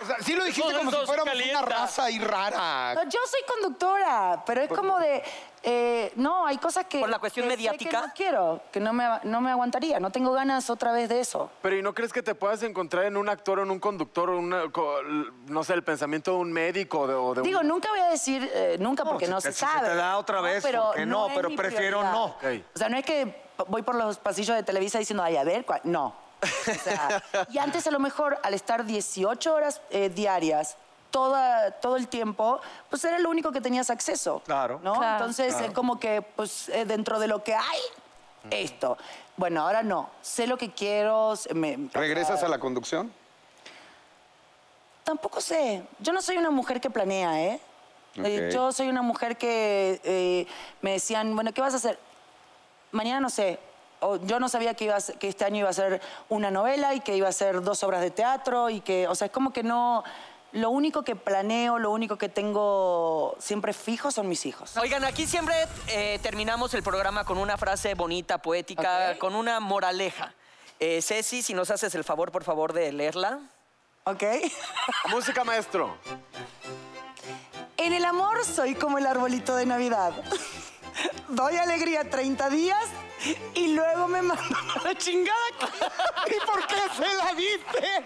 O sea, sí lo dijiste
Todo
como si
eso
fuéramos una
calienta.
raza ahí rara.
No, yo soy conductora, pero es como de. eh, no, hay cosas que.
¿Por la cuestión
que sé que
mediática?
no quiero, que no me, no me aguantaría, no tengo ganas otra vez de eso.
Pero ¿y no crees que te puedas encontrar en un actor o en un conductor o una, co- l- no sé, el pensamiento de un médico o de, o de
Digo,
un...
nunca voy a decir eh, nunca porque
si
no
te-
se
si se
sabe.
te da otra vez, ¿por qué no?
es
Pero
mi
prefiero
prioridad.
no.
Ok.
O sea, no es que p- voy por los pasillos de Televisa diciendo, ay, a ver, cuál-". no. O sea, y antes a lo mejor al estar 18 horas eh, diarias, toda, todo el tiempo, pues era lo único que tenías acceso.
Claro.
¿no?
Claro.
Entonces es como que, pues eh, dentro de lo que hay, esto. Bueno, ahora no. Sé lo que quiero. se- me-
¿Regresas a la conducción?
Tampoco sé. Yo no soy una mujer que planea, ¿eh? Eh,
Ok.
Yo soy una mujer que eh, me decían, bueno, ¿qué vas a hacer? Mañana no sé. O yo no sabía que, iba a ser- que este año iba a ser una novela y que iba a ser dos obras de teatro y que, o sea, es como que no... Lo único que planeo, lo único que tengo siempre fijo son mis hijos.
Oigan, aquí siempre eh, terminamos el programa con una frase bonita, poética,
Ok.
con una moraleja. Eh, Ceci, si nos haces el favor, por favor, de leerla.
¿Ok?
Música, maestro.
En el amor soy como el arbolito de Navidad. Doy alegría 30 días y luego me mandan a la chingada. ¿Y por qué se la diste?